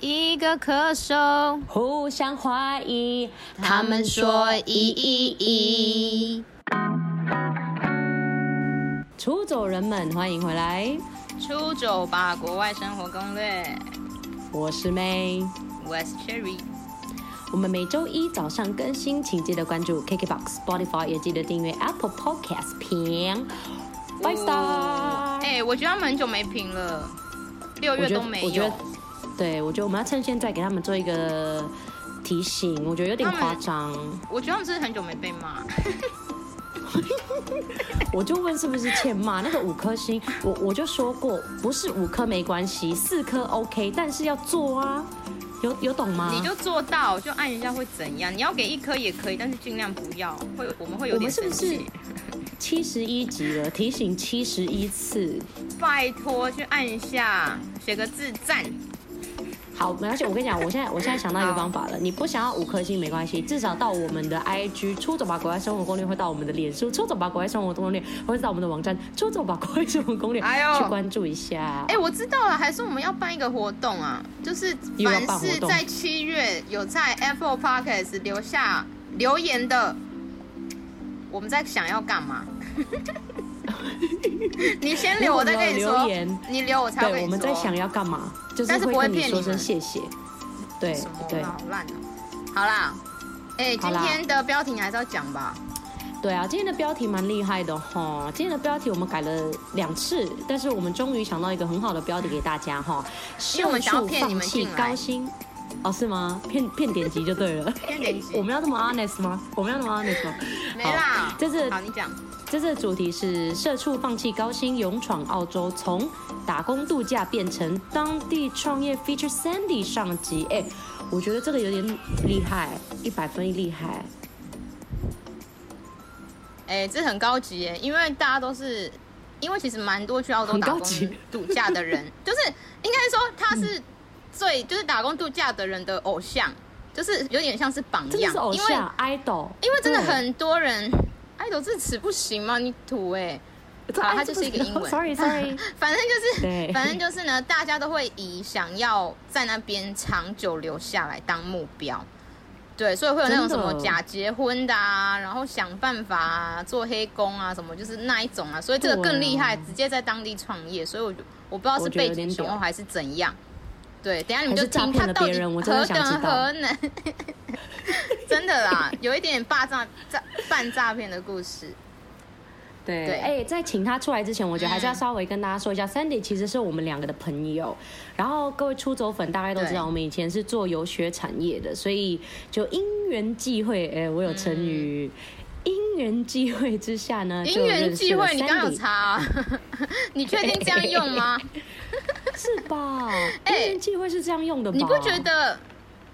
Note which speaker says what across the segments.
Speaker 1: 一个咳嗽，
Speaker 2: 互相怀疑。
Speaker 1: 他们说一一一。
Speaker 2: 出走人们，欢迎回来，
Speaker 1: 出走吧，国外生活攻略。
Speaker 2: 我是 May。
Speaker 1: 我是 Cherry，
Speaker 2: 我们每周一早上更新，请记得关注 KKBOX、Spotify，也记得订阅 Apple Podcast 评 five star。
Speaker 1: 哎、我觉得他们很久没评了，六
Speaker 2: 我
Speaker 1: 月
Speaker 2: 觉
Speaker 1: 都
Speaker 2: 得，
Speaker 1: 没
Speaker 2: 我觉
Speaker 1: 有
Speaker 2: 得。，对，我觉得我们要趁现在给他们做一个提醒，我觉得有点
Speaker 1: 他们
Speaker 2: 夸张。
Speaker 1: 我觉得他们真的很久没被骂。
Speaker 2: 我就问是不是欠骂？那个五颗星，我我就说过，不是五颗没关系，四颗 OK，但是要做啊，有有懂吗？
Speaker 1: 你就做到，就按一下会怎样？你要给一颗也可以，但是尽量不要，会我们会有
Speaker 2: 我
Speaker 1: 点
Speaker 2: 们是
Speaker 1: 生
Speaker 2: 不是
Speaker 1: 气。
Speaker 2: 七十一集了？提醒七十一次。
Speaker 1: 拜托，去按一下，写个字赞。
Speaker 2: 好，没关系。我跟你讲，我现在我现在想到一个方法了。你不想要五颗星没关系，至少到我们的 IG 出走吧国外生活攻略，会到我们的脸书出走吧国外生活攻略，或者到我们的网站出走吧国外生活攻略、
Speaker 1: 哎呦
Speaker 2: 去关注一下。
Speaker 1: 哎、我知道了，还是我们要办一个活动啊，就是
Speaker 2: 又要
Speaker 1: 凡
Speaker 2: 办活
Speaker 1: 是
Speaker 2: 动
Speaker 1: 在七月有在 Apple Podcast 留下留言的，我们在想要干嘛？ 你先留，
Speaker 2: 如
Speaker 1: 我
Speaker 2: 果你
Speaker 1: 再
Speaker 2: 有
Speaker 1: 跟你说
Speaker 2: 留言。
Speaker 1: 你留，我才会跟
Speaker 2: 对，
Speaker 1: 你说。
Speaker 2: 我们在想要干嘛，就是
Speaker 1: 但是不会
Speaker 2: 跟你
Speaker 1: 骗你
Speaker 2: 说声
Speaker 1: 们
Speaker 2: 谢谢。对
Speaker 1: 什么
Speaker 2: 对
Speaker 1: 啦，好烂哦、好啦，哎、
Speaker 2: 好
Speaker 1: 今
Speaker 2: 啦
Speaker 1: 天的标题你还是要讲吧？
Speaker 2: 对啊，今天的标题蛮厉害的哈。今天的标题我们改了两次，但是我们终于想到一个很好的标题给大家哈。
Speaker 1: 因为我们想要
Speaker 2: 社畜
Speaker 1: 骗你们
Speaker 2: 放弃
Speaker 1: 进来
Speaker 2: 高薪哦，是吗？骗骗点击就对 了。
Speaker 1: 骗点击
Speaker 2: 我们要这么 honest 吗？我们要这么 honest 吗？
Speaker 1: 没
Speaker 2: 好
Speaker 1: 啦，
Speaker 2: 这是
Speaker 1: 好，你讲。
Speaker 2: 这次的主题是社畜放弃高薪，勇闯澳洲，从打工度假变成当地创业。Feature Sandy 上集，哎、我觉得这个有点厉害，一百分厉害。
Speaker 1: 哎、这很高级耶，因为大家都是，因为其实蛮多去澳洲
Speaker 2: 很
Speaker 1: 打
Speaker 2: 高
Speaker 1: 工
Speaker 2: 级嗯
Speaker 1: 度假的 人，就是应该说他是最、就是打工度假的人的偶像，就是有点像是榜
Speaker 2: 真的
Speaker 1: 样
Speaker 2: 是，偶
Speaker 1: 因为
Speaker 2: 像 idol，
Speaker 1: 因为真的
Speaker 2: 对
Speaker 1: 很多人，爱豆这词不行吗？你土哎、
Speaker 2: 这
Speaker 1: 好，
Speaker 2: 哎
Speaker 1: 它就是一个英文。
Speaker 2: Sorry Sorry，
Speaker 1: 反正就是
Speaker 2: 对，
Speaker 1: 反正就是呢，大家都会以想要在那边长久留下来当目标。对，所以会有那种什
Speaker 2: 真的
Speaker 1: 么假结婚的啊，然后想办法啊，做黑工啊，什么就是那一种啊。所以这个更厉害，
Speaker 2: 对啊
Speaker 1: 直接在当地创业。所以我就我不知道是
Speaker 2: 我觉得
Speaker 1: 背
Speaker 2: 有点
Speaker 1: 景雄厚
Speaker 2: 屌
Speaker 1: 还是怎样。对，等一下你们就
Speaker 2: 还
Speaker 1: 是听
Speaker 2: 诈骗
Speaker 1: 他
Speaker 2: 了
Speaker 1: 到
Speaker 2: 别
Speaker 1: 底
Speaker 2: 人我真的
Speaker 1: 何
Speaker 2: 想
Speaker 1: 等
Speaker 2: 知道
Speaker 1: 何能， 真的啦，有一点霸占诈 半诈骗的故事。
Speaker 2: 对，
Speaker 1: 对
Speaker 2: 哎、在请他出来之前，我觉得还是要
Speaker 1: 嗯
Speaker 2: 稍微跟大家说一下、s a n d y 其实是我们两个的朋友。然后各位出走粉大概都知
Speaker 1: 对
Speaker 2: 道，我们以前是做游学产业的，所以就因缘际会，哎、我有成语。因缘际会之下呢，
Speaker 1: 嗯因缘际会，你
Speaker 2: 就
Speaker 1: 刚刚有
Speaker 2: 认识了
Speaker 1: 查、啊，你确定这样用 吗？
Speaker 2: Sandy 是吧？因
Speaker 1: 哎
Speaker 2: 缘际会是这样用的吧？
Speaker 1: 你不觉？得？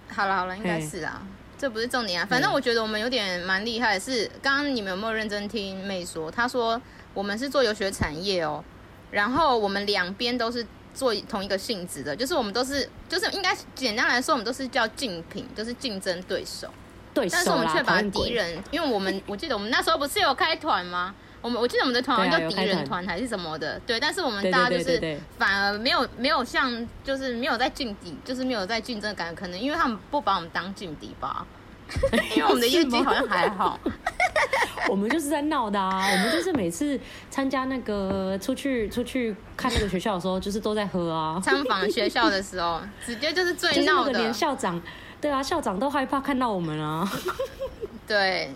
Speaker 1: 好了好了，应该是啊，这不是重点啊。反正我觉得我们有点蛮厉害的是，刚刚你们有没有认真听妹说？她说我们是做游学产业哦，然后我们两边都是做同一个性质的，就是我们都是，就是应该简单来说，我们都是叫竞品，就是竞争对手。
Speaker 2: 对手
Speaker 1: 但
Speaker 2: 啦，
Speaker 1: 是我们却
Speaker 2: 讨
Speaker 1: 把
Speaker 2: 厌鬼
Speaker 1: 敌人，因为我 们我记得我们那时候不是有开团吗？
Speaker 2: 啊
Speaker 1: 我们我记得我们的团好像
Speaker 2: 对
Speaker 1: 叫
Speaker 2: 啊有
Speaker 1: 敌
Speaker 2: 开
Speaker 1: 人
Speaker 2: 团
Speaker 1: 团还是什么的，对。但是我们
Speaker 2: 对对
Speaker 1: 大家就
Speaker 2: 对对
Speaker 1: 是
Speaker 2: 对
Speaker 1: 反而没有没有像就是没有在竞敌，就是没有在竞争的感觉，可能因为他们不把我们当劲敌 吧，因为我们的业绩好像还好。
Speaker 2: 我们就是在闹的啊，我们就是每次参加那个出去出去看那个学校的时候，就是都在喝啊，
Speaker 1: 参访学校的时候，直接就是
Speaker 2: 就
Speaker 1: 最
Speaker 2: 是那
Speaker 1: 闹
Speaker 2: 个
Speaker 1: 的
Speaker 2: 连，校长，对啊，校长都害怕看到我们啊。
Speaker 1: 对。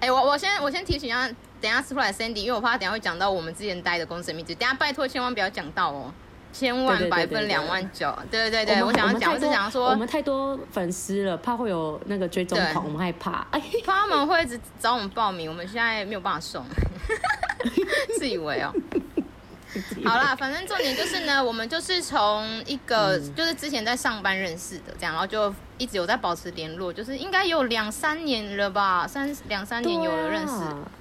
Speaker 1: 哎、我我先我先提醒一下，等一下出来 Sandy，因为我怕等一下会讲到我们之前待的公司的名字，等一下拜托千万不要讲到哦，千
Speaker 2: 对
Speaker 1: 万
Speaker 2: 对对
Speaker 1: 百
Speaker 2: 对
Speaker 1: 分
Speaker 2: 对
Speaker 1: 两万九，对对对，
Speaker 2: 我
Speaker 1: 我
Speaker 2: 们
Speaker 1: 想要讲，我
Speaker 2: 我们
Speaker 1: 是
Speaker 2: 太多
Speaker 1: 想
Speaker 2: 我
Speaker 1: 说
Speaker 2: 们，太多粉丝了，怕会有那个追踪
Speaker 1: 对
Speaker 2: 狂，我们害怕。哎，
Speaker 1: 怕他们会一直找我们报名，我们现在没有办法 送，自以为哦。好啦，反正重点就是 呢，我们就是从一个、
Speaker 2: 嗯
Speaker 1: 就是之前在上班认识的这样，然后就一直有在保持联络，就是应该有两三年了吧，三两三
Speaker 2: 对
Speaker 1: 年
Speaker 2: 啊
Speaker 1: 有了认识。，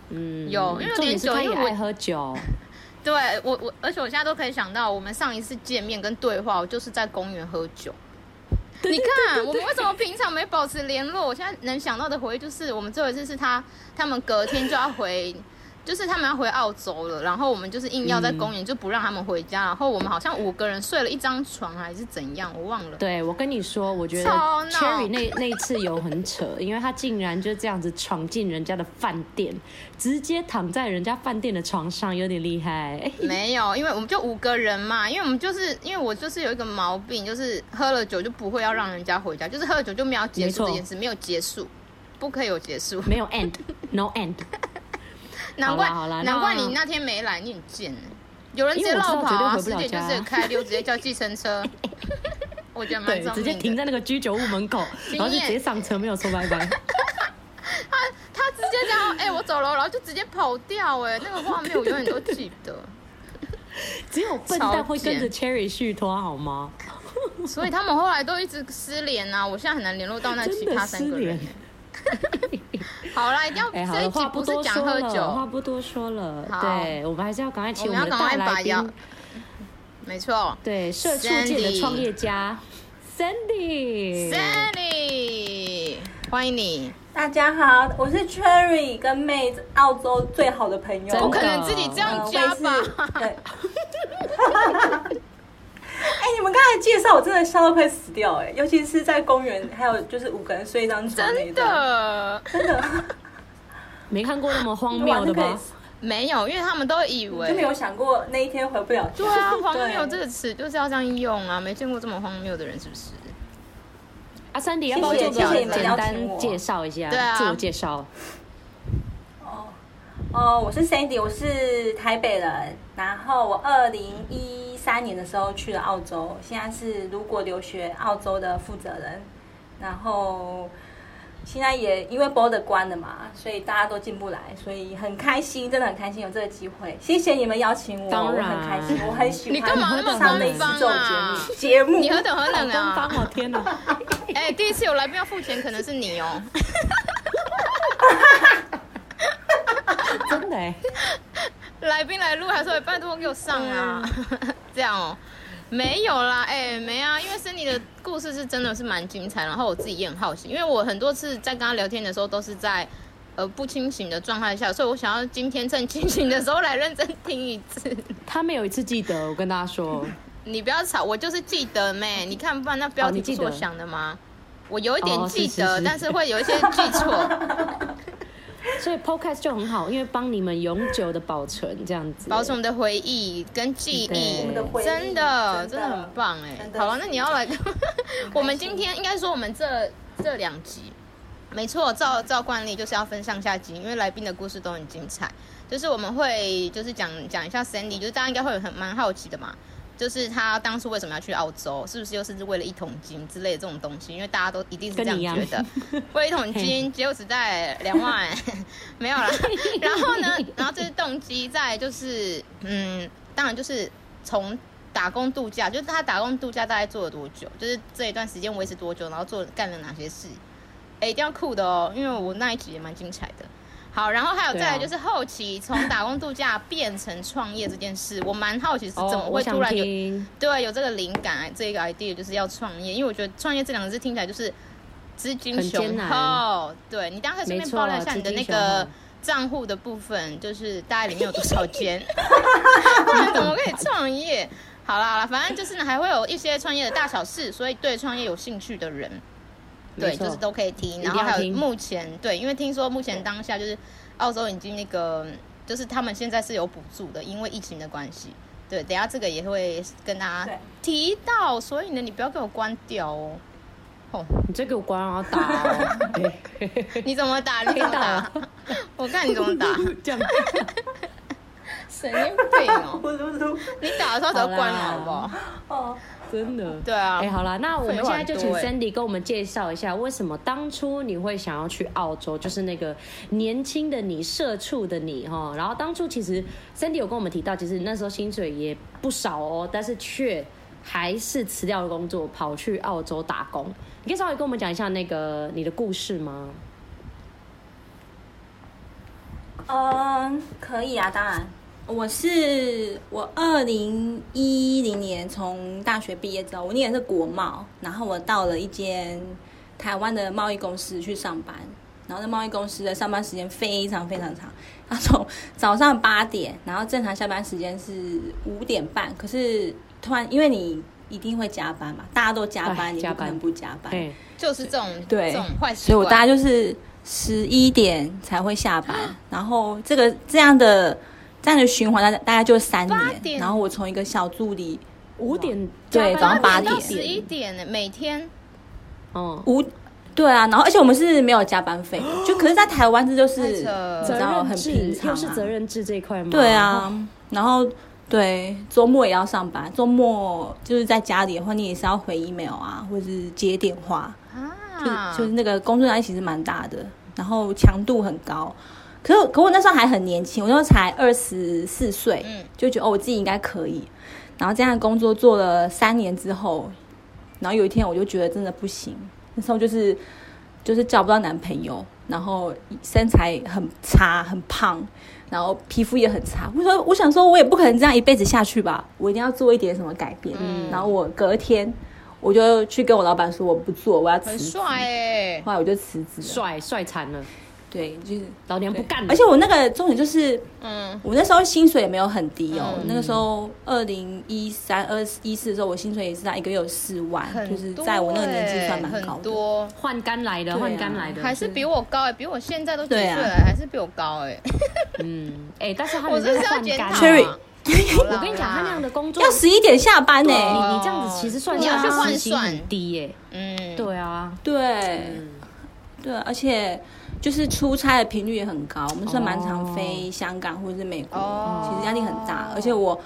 Speaker 2: 嗯
Speaker 1: 有因为有
Speaker 2: 重点
Speaker 1: 点
Speaker 2: 是
Speaker 1: 久
Speaker 2: 他
Speaker 1: 因
Speaker 2: 也
Speaker 1: 为我
Speaker 2: 爱喝酒，
Speaker 1: 对我我，而且我现在都可以想到，我们上一次见面跟对话，我就是在公园喝酒。你看，我们为什么平常没保持联络？我现在能想到的回忆就是，我们最后一次是他，他们隔天就要回，就是他们要回澳洲了，然后我们就是硬要在公园就不让他们回家，然后我们好像五个人睡了一张床还是怎样，我忘了。
Speaker 2: 对，我跟你说，我觉得
Speaker 1: 超闹
Speaker 2: Cherry 那那一次有很扯，因为他竟然就这样子闯进人家的饭店，直接躺在人家饭店的床上，有点厉害。哎
Speaker 1: 没有，因为我们就五个人嘛，因为我们就是因为我就是有一个毛病，就是喝了酒就不会要让人家回家，就是喝了酒就没有要结束
Speaker 2: 没错
Speaker 1: 这件事，没有结束，不可以有结束。
Speaker 2: 没有 end，no end，
Speaker 1: 难怪
Speaker 2: 好啦
Speaker 1: 难怪
Speaker 2: 那
Speaker 1: 你那天没来，你很贱欸。有人直接
Speaker 2: 因为我知
Speaker 1: 绕
Speaker 2: 道
Speaker 1: 跑啊，十
Speaker 2: 绝对回
Speaker 1: 点
Speaker 2: 不了
Speaker 1: 就是
Speaker 2: 家
Speaker 1: 开溜，直接叫计程车。 我觉得蛮
Speaker 2: 对，
Speaker 1: 聪
Speaker 2: 直接
Speaker 1: 明
Speaker 2: 停
Speaker 1: 的。
Speaker 2: 在那个居酒屋门口，
Speaker 1: 经验
Speaker 2: 然后就直接上车，没有说拜拜。
Speaker 1: 他直接这样，哎、我走了，然后就直接跑掉、哎，那个画面我永远都记得。
Speaker 2: 只有笨蛋会跟着 Cherry 续拖好吗？
Speaker 1: 所以他们后来都一直失联啊，我现在很难联络到那
Speaker 2: 真
Speaker 1: 其
Speaker 2: 的
Speaker 1: 他
Speaker 2: 失
Speaker 1: 三个人
Speaker 2: 联。。
Speaker 1: 好啦，一定要
Speaker 2: 哎、好
Speaker 1: 这一
Speaker 2: 了，
Speaker 1: 集
Speaker 2: 话不
Speaker 1: 不是
Speaker 2: 多
Speaker 1: 讲
Speaker 2: 说
Speaker 1: 喝
Speaker 2: 了，话
Speaker 1: 酒，
Speaker 2: 不多说了。
Speaker 1: 好
Speaker 2: 对，我们还是要赶快请
Speaker 1: 我
Speaker 2: 我
Speaker 1: 们
Speaker 2: 们的
Speaker 1: 要赶
Speaker 2: 大
Speaker 1: 快把
Speaker 2: 来
Speaker 1: 药
Speaker 2: 宾，
Speaker 1: 没错。
Speaker 2: 对，社畜界的
Speaker 1: Sandy
Speaker 2: 创业家 Sandy。
Speaker 1: Sally，欢迎你。
Speaker 3: 大家好，我是 Cherry，跟妹子澳洲最好的朋友。
Speaker 2: 真的
Speaker 1: 我可能自己这样加吧。
Speaker 3: 呃我也是对。 哎、你们刚才介绍，我真的笑到快死掉哎、尤其是在公园，还有就是五个人睡一张床那一
Speaker 1: 真
Speaker 3: 段，
Speaker 1: 的
Speaker 3: 真的
Speaker 2: 没看过那么荒谬的吧？
Speaker 1: 没有，因为他们都以
Speaker 3: 就没
Speaker 1: 为。
Speaker 3: 有想过那一天回不了家。
Speaker 1: 对啊，荒谬
Speaker 3: 对
Speaker 1: 这个词就是要这样用啊，没见过这么荒谬的人，是不是？
Speaker 2: 啊，三迪要不要做
Speaker 1: 谢谢
Speaker 2: 个
Speaker 1: 你们
Speaker 2: 简
Speaker 3: 邀请
Speaker 2: 单
Speaker 3: 我
Speaker 2: 介绍一下？
Speaker 1: 对啊
Speaker 2: 自我介绍。
Speaker 3: 哦，哦，我是 Sandy，我是台北人。然后我二零一三年的时候去了澳洲，现在是如果留学澳洲的负责人。然后现在也因为 border 关了嘛，所以大家都进不来，所以很开心，真的很开心有这个机会。谢谢你们邀请我，
Speaker 2: 当然
Speaker 3: 我很开心，我很喜欢
Speaker 1: 你干嘛那么
Speaker 3: 上类似
Speaker 1: 官
Speaker 3: 这种
Speaker 1: 方啊
Speaker 3: 节目。
Speaker 1: 你
Speaker 3: 节目
Speaker 1: 何等何 能
Speaker 2: 官方
Speaker 1: 啊！
Speaker 2: 哦，天哪！
Speaker 1: 哎、第一次有来宾要付钱，可能是你哦。
Speaker 2: 真的哎，
Speaker 1: 来宾来录，还说哎拜托给我上啊，
Speaker 2: 嗯
Speaker 1: 这样哦。没有啦，哎、没啊，因为森尼的故事是真的是蛮精彩，然后我自己也很好奇，因为我很多次在跟他聊天的时候都是在呃不清醒的状态下，所以我想要今天趁清醒的时候来认真听一次。
Speaker 2: 他没有一次记得，我跟大家说，
Speaker 1: 你不要吵，我就是记得妹，你看，不然那标
Speaker 2: 哦
Speaker 1: 题
Speaker 2: 你
Speaker 1: 不
Speaker 2: 记
Speaker 1: 是
Speaker 2: 得
Speaker 1: 我想的吗？我有一点
Speaker 2: 哦是
Speaker 1: 记
Speaker 2: 是
Speaker 1: 得，
Speaker 2: 是
Speaker 1: 但是会有一些记 错，
Speaker 2: 所以 podcast 就很好，因为帮你们永久的保存这样子。
Speaker 1: 保存我们的回忆跟记忆
Speaker 2: 对我们的
Speaker 3: 回，忆
Speaker 1: 真的
Speaker 3: 真
Speaker 1: 真
Speaker 3: 的
Speaker 1: 的很棒哎
Speaker 3: 真。的
Speaker 1: 好了，那你要来， 我们
Speaker 3: 开
Speaker 1: 今
Speaker 3: 心
Speaker 1: 天应该说我们这这两集，没错，照照惯例就是要分上下集，因为来宾的故事都很精彩。就是我们会就是讲讲一下 Sandy，就是大家应该会很蛮好奇的嘛，就是他当初为什么要去澳洲，是不是又是为了一桶金之类的这种东西？因为大家都一定是这
Speaker 2: 跟你一样
Speaker 1: 觉得， 为了一桶金，结果只带两万， 没有 啦。然后呢，然后这是动机，再来就是嗯，当然就是从。打工度假就是他打工度假大概做了多久？就是这一段时间维持多久？然后做干了哪些事？哎、一定要酷的哦，因为我那一集也蛮精彩的。好，然后还有
Speaker 2: 对
Speaker 1: 再
Speaker 2: 啊
Speaker 1: 来就是后期从打工度假变成创业这件事，我蛮好奇是怎
Speaker 2: 哦
Speaker 1: 么
Speaker 2: 我
Speaker 1: 会
Speaker 2: 想
Speaker 1: 突然有、
Speaker 2: 听
Speaker 1: 对有这个灵感，这个 idea 就是要创业，因为我觉得创业这两个字听起来就是资金
Speaker 2: 很艰
Speaker 1: 雄
Speaker 2: 难
Speaker 1: 厚。对你，大概顺
Speaker 2: 没
Speaker 1: 便
Speaker 2: 错
Speaker 1: 爆料一下你的那个
Speaker 2: 资金雄厚
Speaker 1: 账户的部分，就是大概里面有多少 钱，不然怎么可以创业？好啦好啦，反正就是呢，还会有一些创业的大小事，所以对创业有兴趣的人，对，
Speaker 2: 没错
Speaker 1: 就是都可以听。
Speaker 2: 一定
Speaker 1: 然后
Speaker 2: 要
Speaker 1: 还有
Speaker 2: 听
Speaker 1: 目前对，因为听说目前当下就是澳洲已经那个，就是他们现在是有补助的，因为疫情的关系。对，等一下这个也会跟大家
Speaker 3: 对
Speaker 1: 提到，所以呢，你不要给我关掉哦。 哦，
Speaker 2: 你这个我官要打 哦，对，
Speaker 1: 你怎么打？你怎么打？ 我看你怎么打，
Speaker 2: 这样
Speaker 1: 神经病 哦！
Speaker 3: 咕噜噜
Speaker 1: 你打的时候只要关了，
Speaker 2: 好啦
Speaker 1: 好不好？
Speaker 3: 哦，
Speaker 2: 真的。
Speaker 1: 对啊
Speaker 2: 哎、，好啦，那我们
Speaker 1: 废
Speaker 2: 现
Speaker 1: 话
Speaker 2: 在就请
Speaker 1: 很多欸
Speaker 2: Sandy 跟我们介绍一下，为什么当初你会想要去澳洲，就是那个年轻的你、社畜的你哈。然后当初其实 Sandy 有跟我们提到，其实你那时候薪水也不少哦，但是却还是辞掉了工作，跑去澳洲打工。你可以稍微跟我们讲一下那个你的故事吗？
Speaker 3: 嗯，可以啊，当然。我是我二零一零年从大学毕业之后，我念的是国贸，然后我到了一间台湾的贸易公司去上班，然后那贸易公司的上班时间非常非常长，他从早上八点，然后正常下班时间是五点半，可是突然因为你一定会加班嘛，大家都加
Speaker 2: 哎
Speaker 3: 班，你
Speaker 2: 加
Speaker 3: 不可能
Speaker 2: 班
Speaker 3: 不加班，
Speaker 2: 对，
Speaker 1: 就是这种
Speaker 3: 对
Speaker 1: 这种坏习
Speaker 3: 所以我
Speaker 1: 惯。
Speaker 3: 大概就是十一点才会下班，
Speaker 1: 啊
Speaker 3: 然后这个这样的这样的循环大概大概就三
Speaker 1: 八点
Speaker 3: 年，然后我从一个小助理
Speaker 2: 五点
Speaker 3: 对
Speaker 2: 加班
Speaker 3: 早上八
Speaker 1: 点到
Speaker 3: 点嗯
Speaker 1: 十一点呢，每天
Speaker 2: 哦，
Speaker 3: 无。对啊，然后而且我们是没有加班费的，就可是，在台湾这就是
Speaker 1: 哦太扯
Speaker 3: 你知
Speaker 1: 了
Speaker 2: 责
Speaker 3: 道
Speaker 2: 任
Speaker 3: 很
Speaker 2: 制
Speaker 3: 平常、
Speaker 2: 又
Speaker 3: 啊，
Speaker 2: 是责任制这一块吗？
Speaker 3: 对，啊，然后对周末也要上班，周末就是在家里的话，你也是要回 email 啊，或是接电话，就是、
Speaker 1: 啊，
Speaker 3: 就是那个工作压力其实蛮大的，然后强度很高。可是可我那时候还很年轻，我那时候才二十四岁，
Speaker 1: 嗯
Speaker 3: 就觉得哦我自己应该可以。然后这样的工作做了三年之后，然后有一天我就觉得真的不行，那时候就是就是找不到男朋友，然后身材很差很胖，然后皮肤也很差。我说我想说我也不可能这样一辈子下去吧，我一定要做一点什么改变。
Speaker 1: 嗯
Speaker 3: 然后我隔天我就去跟我老板说我不做，我要辞
Speaker 1: 很
Speaker 3: 职。
Speaker 1: 帅哎、
Speaker 3: 后来我就辞职了。
Speaker 2: 帅帅惨了，
Speaker 3: 对，就是
Speaker 2: 老娘不干了。
Speaker 3: 而且我那个重点就是，
Speaker 1: 嗯，
Speaker 3: 我那时候薪水也没有很低哦。
Speaker 1: 嗯
Speaker 3: 那个时候二零一三、二一四的时候，我薪水也是在一个月有四万，就是
Speaker 1: 很多、欸，
Speaker 3: 在我那个年纪算蛮高
Speaker 1: 很
Speaker 3: 的。
Speaker 2: 欸
Speaker 1: 多，
Speaker 2: 换肝来的，
Speaker 3: 对啊
Speaker 2: 换肝来的，
Speaker 1: 还是比我高哎、比我现在都几岁
Speaker 3: 对
Speaker 1: 了、
Speaker 3: 啊
Speaker 1: 还是比我高 哎、
Speaker 2: 嗯，哎，但是他
Speaker 1: 我
Speaker 2: 们
Speaker 1: 是不
Speaker 2: 在
Speaker 1: 是要
Speaker 2: 换
Speaker 1: 检
Speaker 2: 肝
Speaker 1: 讨、啊
Speaker 2: 啊。
Speaker 3: Cherry
Speaker 1: 我
Speaker 2: 我跟你讲，他那样，的工作
Speaker 3: 要，十一点下班欸呢、
Speaker 2: 你
Speaker 1: 对
Speaker 2: 你这样子其实算
Speaker 1: 你要
Speaker 2: 下来
Speaker 1: 去换
Speaker 2: 时薪
Speaker 1: 算
Speaker 2: 很低耶。
Speaker 1: 嗯，
Speaker 2: 对啊，
Speaker 3: 对对，而且就是出差的频率也很高，我们算蛮
Speaker 2: 哦
Speaker 3: 常飞香港或者是美国，
Speaker 1: 哦
Speaker 3: 其实压力很大。而且我，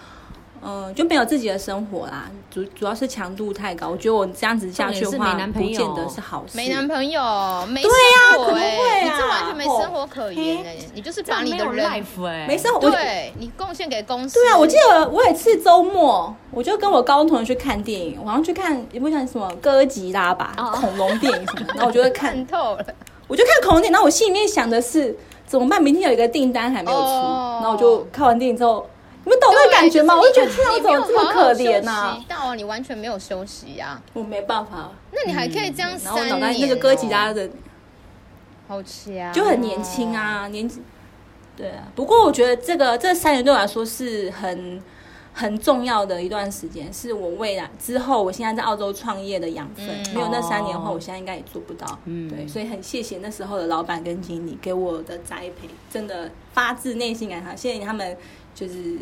Speaker 3: 嗯、就没有自己的生活啦，主主要是强度太高。我觉得我这样子下去的
Speaker 2: 重点是
Speaker 3: 话
Speaker 2: 没男，
Speaker 3: 不
Speaker 2: 朋友
Speaker 3: 见得是好事。
Speaker 1: 没男朋友，没
Speaker 3: 对啊
Speaker 1: 生活
Speaker 3: 可不
Speaker 1: 哎、
Speaker 3: 会啊哦
Speaker 1: 你这完全没生活可言哎、你就是
Speaker 2: 这
Speaker 1: 把
Speaker 2: 样
Speaker 1: 你
Speaker 2: 没
Speaker 1: 的
Speaker 2: 有
Speaker 1: 人，
Speaker 2: life 哎，
Speaker 3: 没生活，我
Speaker 1: 对你贡献给公司，
Speaker 3: 对啊，我记得我有一次周末，我就跟我高中同学去看电影，我好像去看有没有像什么哥吉拉吧，
Speaker 2: 哦
Speaker 3: 恐龙电影什 么的，然后我就会看
Speaker 1: 看，透了，
Speaker 3: 我就看恐龙电影，然后我心里面想的是怎么办，明天有一个订单还没有出，
Speaker 1: 哦
Speaker 3: 然后我就看完电影之后，你们懂那个感觉吗？我就觉得天啊，我
Speaker 1: 你
Speaker 3: 怎
Speaker 1: 没有
Speaker 3: 么这么
Speaker 1: 好好
Speaker 3: 可
Speaker 1: 休
Speaker 3: 怜
Speaker 1: 息
Speaker 3: 啊？
Speaker 1: 到你完全没有休息呀、啊，
Speaker 3: 我没办法，
Speaker 1: 那你还可以这样
Speaker 3: 嗯
Speaker 1: 三
Speaker 3: 然后我
Speaker 1: 年、哦
Speaker 3: 脑袋那个哥吉拉，的
Speaker 1: 好强，
Speaker 3: 就很年轻。啊，年纪对啊。不过我觉得这个这三年对我来说是很很重要的一段时间，是我未来之后，我现在在澳洲创业的养分。
Speaker 1: 嗯
Speaker 3: 没有那三年的话，
Speaker 2: 哦
Speaker 3: 我现在应该也做不到。
Speaker 2: 嗯
Speaker 3: 对，所以很谢谢那时候的老板跟经理给我的栽培，真的发自内心感谢，谢谢他们。就是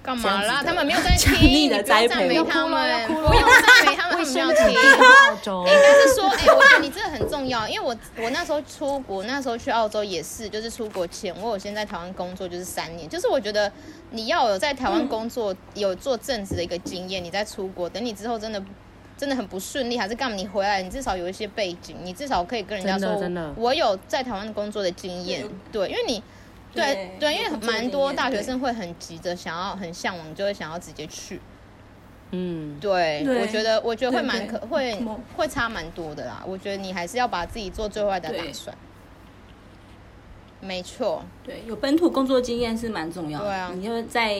Speaker 1: 干嘛
Speaker 3: 这样
Speaker 1: 啦？
Speaker 3: 子的
Speaker 1: 他们没有在听，
Speaker 3: 强力的
Speaker 1: 你不要赞美
Speaker 3: 栽培
Speaker 1: 他们，
Speaker 2: 要哭
Speaker 1: 不
Speaker 2: 了要哭了
Speaker 1: 用赞美他们，他
Speaker 2: 卫
Speaker 1: 们没
Speaker 2: 生
Speaker 1: 有
Speaker 2: 纸递
Speaker 1: 听。
Speaker 2: 到澳洲，
Speaker 1: 但是说，哎、我觉得你这个很重要，因为我我那时候出国，那时候去澳洲也是，就是出国前，我有先在台湾工作，就是三年，就是我觉得你要有在台湾工作、有做正职的一个经验，你再出国，等你之后真的真的很不顺利，还是干嘛，你回来你至少有一些背景，你至少可以跟人家
Speaker 2: 真的
Speaker 1: 说，
Speaker 2: 真的
Speaker 1: 我有在台湾工作的经验，对，因为你。对
Speaker 3: 对
Speaker 1: 对，因为
Speaker 3: 有工作
Speaker 1: 蛮
Speaker 3: 经
Speaker 1: 多
Speaker 3: 验
Speaker 1: 大学
Speaker 3: 对
Speaker 1: 生会很急着想要很向往，就会想要直接去。
Speaker 2: 嗯，
Speaker 1: 对，
Speaker 3: 对
Speaker 1: 我觉得我觉得会
Speaker 3: 对
Speaker 1: 蛮可
Speaker 3: 对
Speaker 1: 会
Speaker 3: 什么
Speaker 1: 会差蛮多的啦。我觉得你还是要把自己做最坏的打
Speaker 3: 对
Speaker 1: 算。没错，
Speaker 3: 对有本土工作经验是蛮重要的。
Speaker 1: 对啊
Speaker 3: 你就是在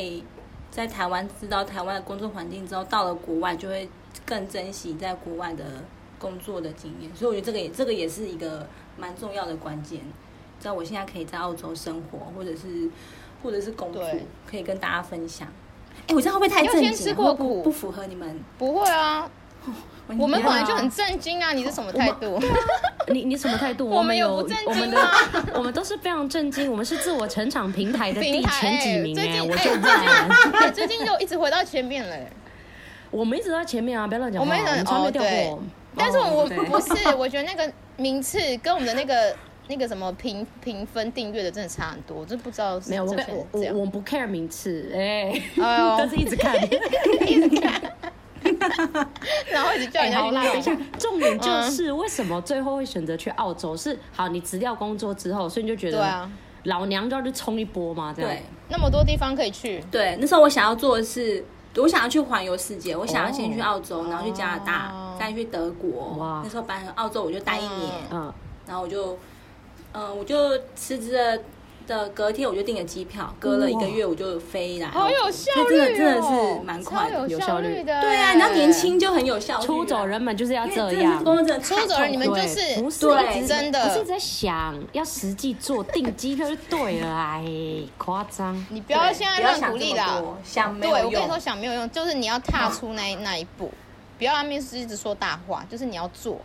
Speaker 3: 在台湾知道台湾的工作环境之后，到了国外就会更珍惜在国外的工作的经验。所以我觉得这个也这个也是一个蛮重要的关键。知道我现在可以在澳洲生活，或者是或者是工作
Speaker 1: 对，
Speaker 3: 可以跟大家分享。哎，我这样会不会太
Speaker 1: 你有
Speaker 3: 正
Speaker 1: 先
Speaker 3: 经
Speaker 1: 吃
Speaker 3: 啊？
Speaker 1: 过
Speaker 3: 会不会
Speaker 1: 苦
Speaker 3: 不不符合你们。
Speaker 1: 不会啊，我们本来就很震惊啊！你是什么态 度？
Speaker 2: 你你什么态度？
Speaker 1: 我们
Speaker 2: 们
Speaker 1: 有
Speaker 2: 有
Speaker 1: 不正经
Speaker 2: 我们的
Speaker 1: 吗
Speaker 2: 我们都是非常震惊，我们是自我成长平台的第
Speaker 1: 平台
Speaker 2: 前几
Speaker 1: 哎
Speaker 2: 名
Speaker 1: 最
Speaker 2: 哎，
Speaker 1: 近
Speaker 2: 我
Speaker 1: 哎
Speaker 2: 就在，
Speaker 1: 哎最近就一直回到前面了欸。
Speaker 2: 我们一直都在前面啊，不要乱讲
Speaker 1: 我
Speaker 2: 话，
Speaker 1: 们很
Speaker 2: 们从来没掉
Speaker 1: 哦
Speaker 2: 过
Speaker 1: 对。但是我
Speaker 3: 对
Speaker 1: 不是，我觉得那个名次跟我们的那个那个什么评评分订阅的真的差很多，我就不知道是
Speaker 2: 没有，我
Speaker 1: 这
Speaker 2: 跟
Speaker 1: 些人
Speaker 2: 我
Speaker 1: 这样
Speaker 2: 我我不 care 名次，哎，
Speaker 1: 哎呦
Speaker 2: 但是一直看，
Speaker 1: 然后一直叫人
Speaker 2: 哎，
Speaker 1: 家
Speaker 2: 好啦，等一
Speaker 1: 去
Speaker 2: 下
Speaker 1: 弄。，
Speaker 2: 重点
Speaker 1: 嗯
Speaker 2: 就是为什么最后会选择去澳洲？是好，你辞掉工作之后，所以你就觉
Speaker 1: 对
Speaker 2: 得
Speaker 1: 啊，
Speaker 2: 老娘就要去冲一波嘛，这样
Speaker 3: 对。
Speaker 1: 那么多地方可以去，
Speaker 3: 对，那时候我想要做的是，我想要去环游世界，我想要先去澳洲，然后去加拿大，
Speaker 1: 哦
Speaker 3: 再去德国。
Speaker 2: 哇
Speaker 3: 那时候本来澳洲我就待一年，呃
Speaker 2: 嗯，
Speaker 3: 然后我就，嗯、我就辞职了的隔天我就订了机票，隔了一个月我就飞来澳洲。
Speaker 1: 好有效
Speaker 3: 它
Speaker 1: 率哦，
Speaker 3: 真的真的是蛮
Speaker 1: 超
Speaker 3: 快的。
Speaker 1: 有
Speaker 2: 有
Speaker 1: 效
Speaker 2: 效
Speaker 1: 率
Speaker 2: 率
Speaker 1: 的。
Speaker 3: 对啊，你知道年轻，就很有效率啊。
Speaker 2: 出走人们就是要
Speaker 3: 因为
Speaker 2: 这
Speaker 3: 真的
Speaker 2: 样
Speaker 3: 是。工作真的太
Speaker 1: 出走人你们
Speaker 3: 痛苦
Speaker 1: 就
Speaker 2: 对
Speaker 1: 是
Speaker 2: 不是
Speaker 3: 对
Speaker 2: 一直
Speaker 1: 真的
Speaker 2: 不是一直在想要实际做订机票就对了，哎，夸张。
Speaker 1: 你不
Speaker 3: 了
Speaker 1: 要
Speaker 3: 对
Speaker 1: 现在
Speaker 3: 不要
Speaker 1: 乱
Speaker 3: 想
Speaker 1: 鼓
Speaker 3: 这
Speaker 1: 励
Speaker 3: 么
Speaker 1: 啦。
Speaker 3: 多想没
Speaker 1: 对，
Speaker 3: 有
Speaker 1: 我跟你
Speaker 3: 用嗯
Speaker 1: 说想没有用，就是你要踏出那一那一步，不要让面试一直说大话，就是你要做。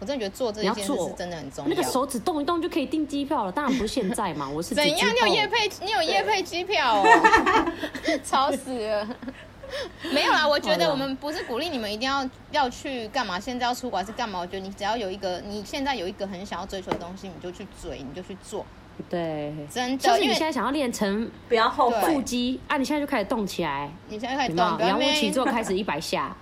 Speaker 1: 我真的觉得做这一
Speaker 2: 你要
Speaker 1: 件事
Speaker 2: 做
Speaker 1: 是真的很重
Speaker 2: 那
Speaker 1: 要。
Speaker 2: 个手指动一动就可以订机票了，当然不是现在嘛，我是
Speaker 1: 怎
Speaker 2: 指之
Speaker 1: 样？你有
Speaker 2: 后
Speaker 1: 夜配，你有夜配机票哦， 吵死了。没有啦，我觉得我们不是鼓励你们一定要要去干嘛，现在要出国还是干嘛？我觉得你只要有一个，你现在有一个很想要追求的东西，你就去追，你就去做，
Speaker 2: 对，
Speaker 1: 真
Speaker 2: 像
Speaker 1: 的。
Speaker 2: 是
Speaker 1: 因
Speaker 2: 你
Speaker 1: 为
Speaker 2: 现在想要练成
Speaker 3: 不要后
Speaker 1: 对哎
Speaker 3: 悔
Speaker 2: 腹。肌啊，你现在就开始动起来，
Speaker 1: 你现在开
Speaker 2: 有
Speaker 1: 始
Speaker 2: 没
Speaker 1: 动，
Speaker 2: 有？
Speaker 1: 不要
Speaker 2: 仰
Speaker 1: 那
Speaker 2: 卧起
Speaker 1: 边
Speaker 2: 坐开始一百 下，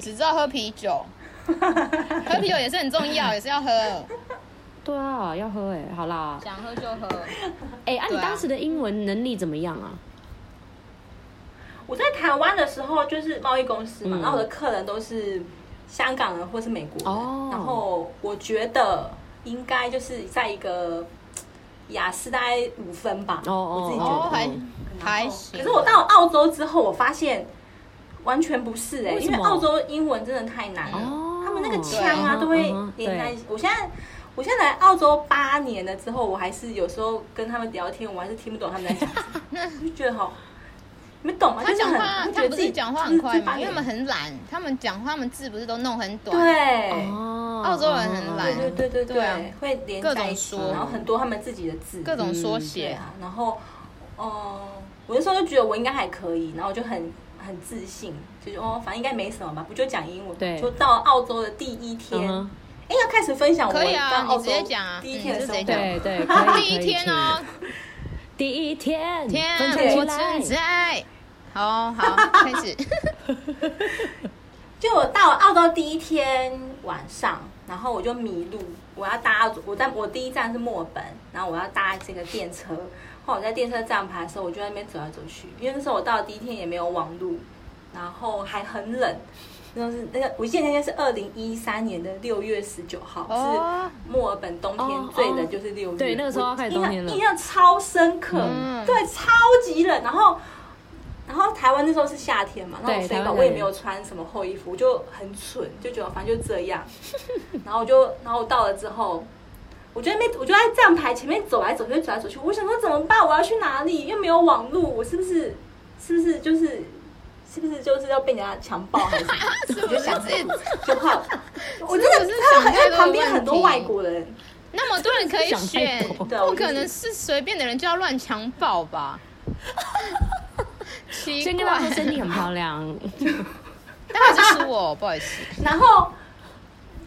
Speaker 1: 只知道喝啤酒， 喝啤酒也是很重要，也是要喝，
Speaker 2: 对啊，要喝哎、好啦，
Speaker 1: 想喝就喝。
Speaker 2: 哎、啊，你
Speaker 1: 对啊
Speaker 2: 当时的英文能力怎么样啊？
Speaker 3: 我在台湾的时候就是贸易公司嘛，
Speaker 2: 嗯
Speaker 3: 然后我的客人都是香港人或是美国人，
Speaker 2: 哦
Speaker 3: 然后我觉得应该就是在一个嘖雅思大概五分吧，
Speaker 2: 哦哦
Speaker 3: 我自己觉得。
Speaker 1: 哦，还
Speaker 2: 嗯
Speaker 1: 还
Speaker 3: 然后
Speaker 1: 行。
Speaker 3: 可是我到澳洲之后，我发现完全不是哎、
Speaker 2: 为什
Speaker 3: 因
Speaker 2: 么
Speaker 3: 为澳洲英文真的太难了，
Speaker 2: 哦
Speaker 3: 他们那个腔啊
Speaker 2: 对
Speaker 3: 都会
Speaker 2: 嗯哼
Speaker 3: 连在
Speaker 2: 对
Speaker 3: 一起。我现在。我现在来澳洲八年了之后，我还是有时候跟他们聊天，我还是听不懂他们在讲什么，我就觉得好，你们懂吗？
Speaker 1: 他
Speaker 3: 就是
Speaker 1: 讲
Speaker 3: 很
Speaker 1: 话，
Speaker 3: 就觉
Speaker 1: 他
Speaker 3: 得
Speaker 1: 不
Speaker 3: 自己
Speaker 1: 是讲话很快
Speaker 3: 就是这八
Speaker 1: 吗？因
Speaker 3: 年
Speaker 1: 为他们很懒，他们讲话，他们字不是都弄很短？
Speaker 3: 对，
Speaker 2: 哦，
Speaker 1: 澳洲人很懒
Speaker 3: 对对对对
Speaker 1: 对啊
Speaker 3: 对，会连
Speaker 1: 各
Speaker 3: 在
Speaker 1: 种
Speaker 3: 一起，
Speaker 1: 说
Speaker 3: 然后很多他们自己的字，
Speaker 1: 各种缩
Speaker 3: 对
Speaker 1: 写。
Speaker 3: 啊，然后，哦，我那时候就觉得我应该还可以，然后我就很很自信，就是哦，反正应该没什么吧，不就讲英文，
Speaker 2: 对
Speaker 3: 就到澳洲的第一天，
Speaker 2: 嗯哼
Speaker 3: 哎，要开始分享我
Speaker 1: 可以啊
Speaker 3: 到澳
Speaker 1: 你
Speaker 3: 洲
Speaker 1: 直接讲啊
Speaker 3: 第一天的
Speaker 1: 你就
Speaker 3: 生
Speaker 1: 直接
Speaker 3: 活，
Speaker 1: 讲
Speaker 2: 对 对，可以
Speaker 1: 第一天，哦，
Speaker 2: 可以第一天，
Speaker 1: 天啊
Speaker 2: 分，享出
Speaker 1: 我
Speaker 2: 来
Speaker 1: 存，在。好好，开始。
Speaker 3: 就我到澳洲第一天晚上，然后我就迷路，我要搭我在我第一站是墨尔本，然后我要搭这个电车。后来我在电车站牌的时候，我就在那边走来走去，因为那时候我到的第一天也没有网路，然后还很冷。那是那个，我记得那天是二零一三年的六月十九号，
Speaker 1: 哦
Speaker 3: 是墨尔本冬
Speaker 2: 哦
Speaker 3: 天最冷就是六月。
Speaker 2: 对那个时候
Speaker 3: 我
Speaker 2: 要开始
Speaker 3: 印象
Speaker 2: 冬天了
Speaker 3: 印象超深刻，
Speaker 1: 嗯
Speaker 3: 对，超级冷。然后然后台湾那时候是夏天嘛，然后我
Speaker 2: 对
Speaker 3: 所以
Speaker 2: 台湾
Speaker 3: 我也
Speaker 2: 很
Speaker 3: 没有穿什么厚衣服，我就很蠢，就觉得反正就这样。然后我就，然后我到了之后，我就在那边，我就在站牌前面走来走去，走来走去。我想说怎么办？我要去哪里？又没有网路，我是不是是不是就是是不是就是要被人家强暴还是什么？我就想这个，就怕我真
Speaker 1: 是
Speaker 3: 的，
Speaker 1: 想
Speaker 3: 他
Speaker 1: 太
Speaker 3: 们
Speaker 1: 多
Speaker 3: 旁边
Speaker 1: 问
Speaker 3: 很多
Speaker 1: 题
Speaker 3: 外国人，
Speaker 1: 那么多人可以
Speaker 2: 想太
Speaker 1: 选，
Speaker 2: 多
Speaker 3: 对啊我
Speaker 1: 不
Speaker 3: 就
Speaker 1: 可
Speaker 3: 是
Speaker 1: 能是随便的人就要乱强暴 吧？奇
Speaker 2: 先跟他说
Speaker 1: 怪，
Speaker 2: 身体很漂亮，
Speaker 1: 但还是输我，不好意思。
Speaker 3: 然后，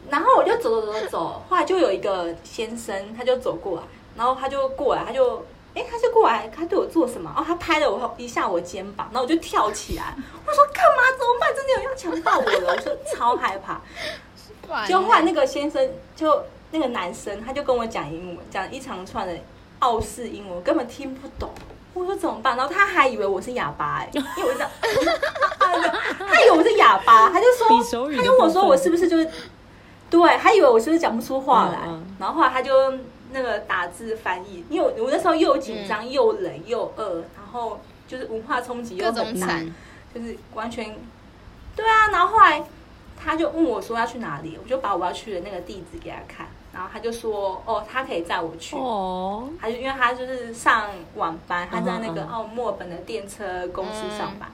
Speaker 3: 然后我就走走走走，后来就有一个先生，他就走过来，然后他就过来，他就，哎，他就过来，他对我做什么？哦，他拍了我一下我肩膀，然后我就跳起来，我说干嘛？怎么办？真的有人要强暴我了？我就超害怕。 就后来那个先生，就那个男生，他就跟我讲英文，讲一长串的澳式英文，我根本听不懂。我说怎么办？然后他还以为我是哑巴哎、因为我这样，他以为我是哑巴，他就
Speaker 2: 比手
Speaker 3: 说，
Speaker 2: 语
Speaker 3: 他
Speaker 2: 的
Speaker 3: 跟我说
Speaker 2: 部分
Speaker 3: 我是不是就是，对，他以为我是不是讲不出话来。
Speaker 2: 嗯嗯
Speaker 3: 然后后来他就那个打字翻译，因为我我那时候又紧张、
Speaker 2: 嗯
Speaker 3: 又冷又饿，然后就是文化冲击又
Speaker 1: 各
Speaker 3: 很
Speaker 1: 种
Speaker 3: 大
Speaker 1: 惨，
Speaker 3: 就是完全，对啊。然后后来他就问我说要去哪里，我就把我要去的那个地址给他看，然后他就说哦，他可以载我去。
Speaker 2: 哦，
Speaker 3: 他就因为他就是上晚班，他在那个
Speaker 2: 嗯哼
Speaker 3: 澳墨尔本的电车公司
Speaker 1: 嗯
Speaker 3: 上班，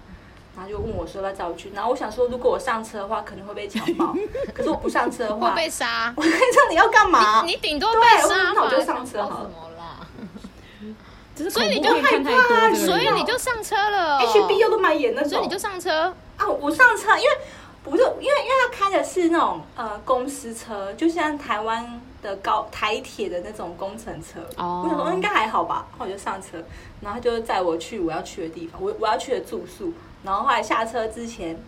Speaker 3: 然后就问我说要不要载我去。然后我想说，如果我上车的话，可能会被强 暴；可是我不上车的
Speaker 1: 会
Speaker 3: 话，
Speaker 1: 被杀。
Speaker 3: 我跟你说你要干嘛？
Speaker 1: 你顶多
Speaker 3: 对
Speaker 1: 被
Speaker 3: 我
Speaker 1: 杀
Speaker 3: 那我
Speaker 1: 吧
Speaker 3: 就上车好了
Speaker 1: 什么啦？
Speaker 2: 就是
Speaker 1: 所以你
Speaker 2: 恐怖
Speaker 1: 就啊
Speaker 2: 片看太
Speaker 3: 害怕
Speaker 2: 多，这个
Speaker 1: 所
Speaker 2: 人
Speaker 1: 以你就上车了、哦。
Speaker 3: HBO 都蛮严那种，
Speaker 1: 所以你就上车，
Speaker 3: 啊，我上车，因为不是因为因为他开的是那种呃公司车，就像台湾的高台铁的那种工程车。
Speaker 2: 哦
Speaker 3: 我想说应该还好吧，然后我就上车，然后他就载我去我要去的地方，我我要去的住宿。然后后来下车之前，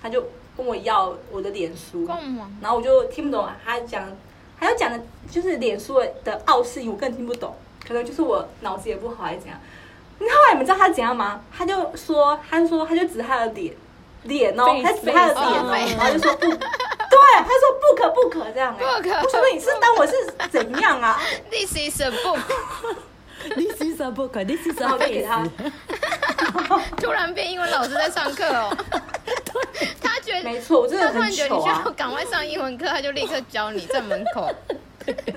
Speaker 3: 他就跟我要我的脸书，
Speaker 1: 干嘛？
Speaker 3: 然后我就听不懂他讲，他要讲的就是脸书的奥氏语，我更听不懂，可能就是我脑子也不好还是怎样。你后来你们知道他怎样吗？他就说，他就说，他就指他的脸，脸哦，
Speaker 2: Face，
Speaker 3: 他指他的脸
Speaker 1: face
Speaker 3: 哦，然后就 说不，对，他说不可不可这样、欸，
Speaker 1: 不可
Speaker 3: 我想说你是当我是怎样啊？
Speaker 1: This is a book，
Speaker 2: This is a book. This is
Speaker 3: 然
Speaker 2: a
Speaker 3: 后再给他
Speaker 2: face。
Speaker 1: 突然变英文老师在上课哦。他觉得
Speaker 3: 没错我真的
Speaker 1: 他突然
Speaker 3: 很
Speaker 1: 觉得
Speaker 3: 糗
Speaker 1: 你需
Speaker 3: 啊
Speaker 1: 要赶快上英文课，他就立刻教你在门 口。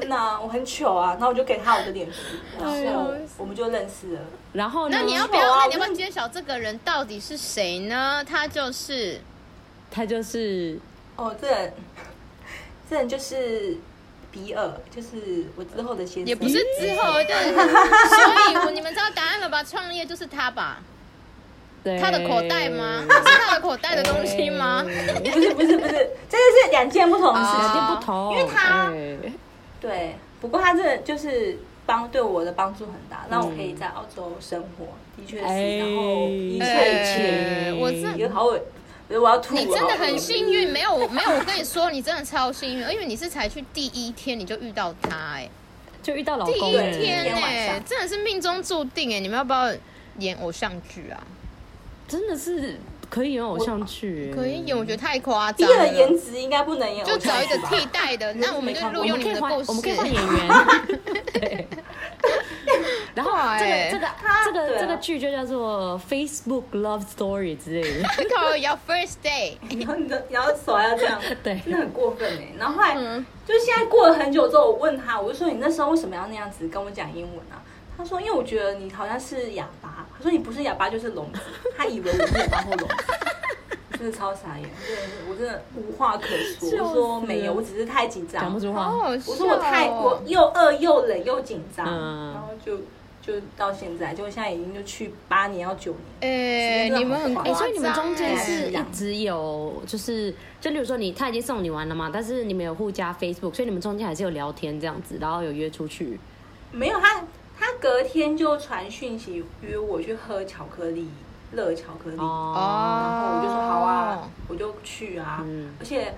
Speaker 3: 那我很糗啊，那我就给他我的脸书，然
Speaker 1: 哎呦
Speaker 3: 后我们就认识了。
Speaker 2: 然后呢
Speaker 1: 那你要不
Speaker 3: 我
Speaker 1: 要？
Speaker 3: 啊
Speaker 1: 那你要不
Speaker 3: 我
Speaker 1: 要
Speaker 3: 就
Speaker 1: 揭晓这个人到底是谁呢？他就是
Speaker 2: 他就是
Speaker 3: 哦，这人，这人就是比尔，就是我之后的先生。
Speaker 1: 也不是之后，就是所以我你们知道答案了吧？创业就是他吧？
Speaker 2: 对
Speaker 1: 他的口袋吗？是他的口袋的东西吗？
Speaker 3: 不是不是不是，真的是两件不同的事
Speaker 2: 两
Speaker 3: 情。
Speaker 1: 啊
Speaker 2: 件不同，
Speaker 3: 因为他
Speaker 2: 哎
Speaker 3: 对，不过他这就是帮对我的帮助很大，让我可以在澳洲生活，的确
Speaker 2: 哎
Speaker 1: 嗯
Speaker 3: 是。然后一切一切，
Speaker 1: 呃我这
Speaker 3: 有好我，我要吐了。
Speaker 1: 哎你真的很幸运，没有我没有，我跟你说，你真的超幸运，因为你是才去第一天你就遇到他、哎，
Speaker 2: 就遇到老
Speaker 1: 第一
Speaker 2: 公了，
Speaker 1: 天
Speaker 3: 天晚
Speaker 1: 哎、
Speaker 3: 上
Speaker 1: 真的是命中注定哎、你们要不要演偶像剧啊？
Speaker 2: 真的是可以演偶像剧，哎
Speaker 1: 可以演，我觉得太夸
Speaker 3: 比
Speaker 1: 张
Speaker 3: 尔的
Speaker 1: 了
Speaker 3: 颜，值应该不能演偶
Speaker 1: 就
Speaker 3: 像剧
Speaker 1: 找
Speaker 3: 吧，
Speaker 1: 一个替代的，那我们就录
Speaker 2: 我
Speaker 1: 用
Speaker 2: 们
Speaker 1: 你
Speaker 2: 可以
Speaker 1: 的
Speaker 2: 换，
Speaker 1: 故事，
Speaker 2: 我们可以换演 员。对然后这
Speaker 1: 哎
Speaker 2: 个这个
Speaker 3: 他
Speaker 2: 这
Speaker 3: 对
Speaker 2: 个
Speaker 3: 啊
Speaker 2: 这个剧就叫做 Facebook Love Story 之类的，
Speaker 1: 靠要 first day，
Speaker 3: 然后你的然后手还要这样，
Speaker 2: 对
Speaker 3: 真的很过分哎。然后后来、
Speaker 1: 嗯
Speaker 3: 就现在过了很久之后，我问他，我就说你那时候为什么要那样子跟我讲英文啊？他说因为我觉得你好像是哑巴，他说你不是哑巴就是 聋子，他以为我是哑巴或聋子。我真的超傻眼，真的是我真的无话可说。
Speaker 2: 笑
Speaker 3: 我
Speaker 2: 死
Speaker 3: 说没有，我只是太紧
Speaker 2: 讲
Speaker 3: 张
Speaker 2: 不。出
Speaker 1: 好
Speaker 2: 话。
Speaker 1: 好笑、
Speaker 3: 我
Speaker 1: 哦。
Speaker 3: 说我太我又饿又冷又紧张，
Speaker 2: 嗯
Speaker 3: 然后就就到现在，就现在已经就去八年要九年。
Speaker 1: 哎、你们很夸
Speaker 2: 哎，
Speaker 1: 张、
Speaker 2: 所以你们中间
Speaker 1: 哎
Speaker 2: 是
Speaker 3: 是这
Speaker 2: 一
Speaker 3: 样
Speaker 2: 直有，就是就例如说你他已经送你完了嘛，但是你们有互加 Facebook，所以你们中间还是有聊天这样子，然后有约出去。
Speaker 3: 没有他，他隔天就传讯息约我去喝巧克力，热巧克力。然
Speaker 2: 哦，
Speaker 3: 后我就说好啊，我就去啊。
Speaker 2: 嗯
Speaker 3: 而且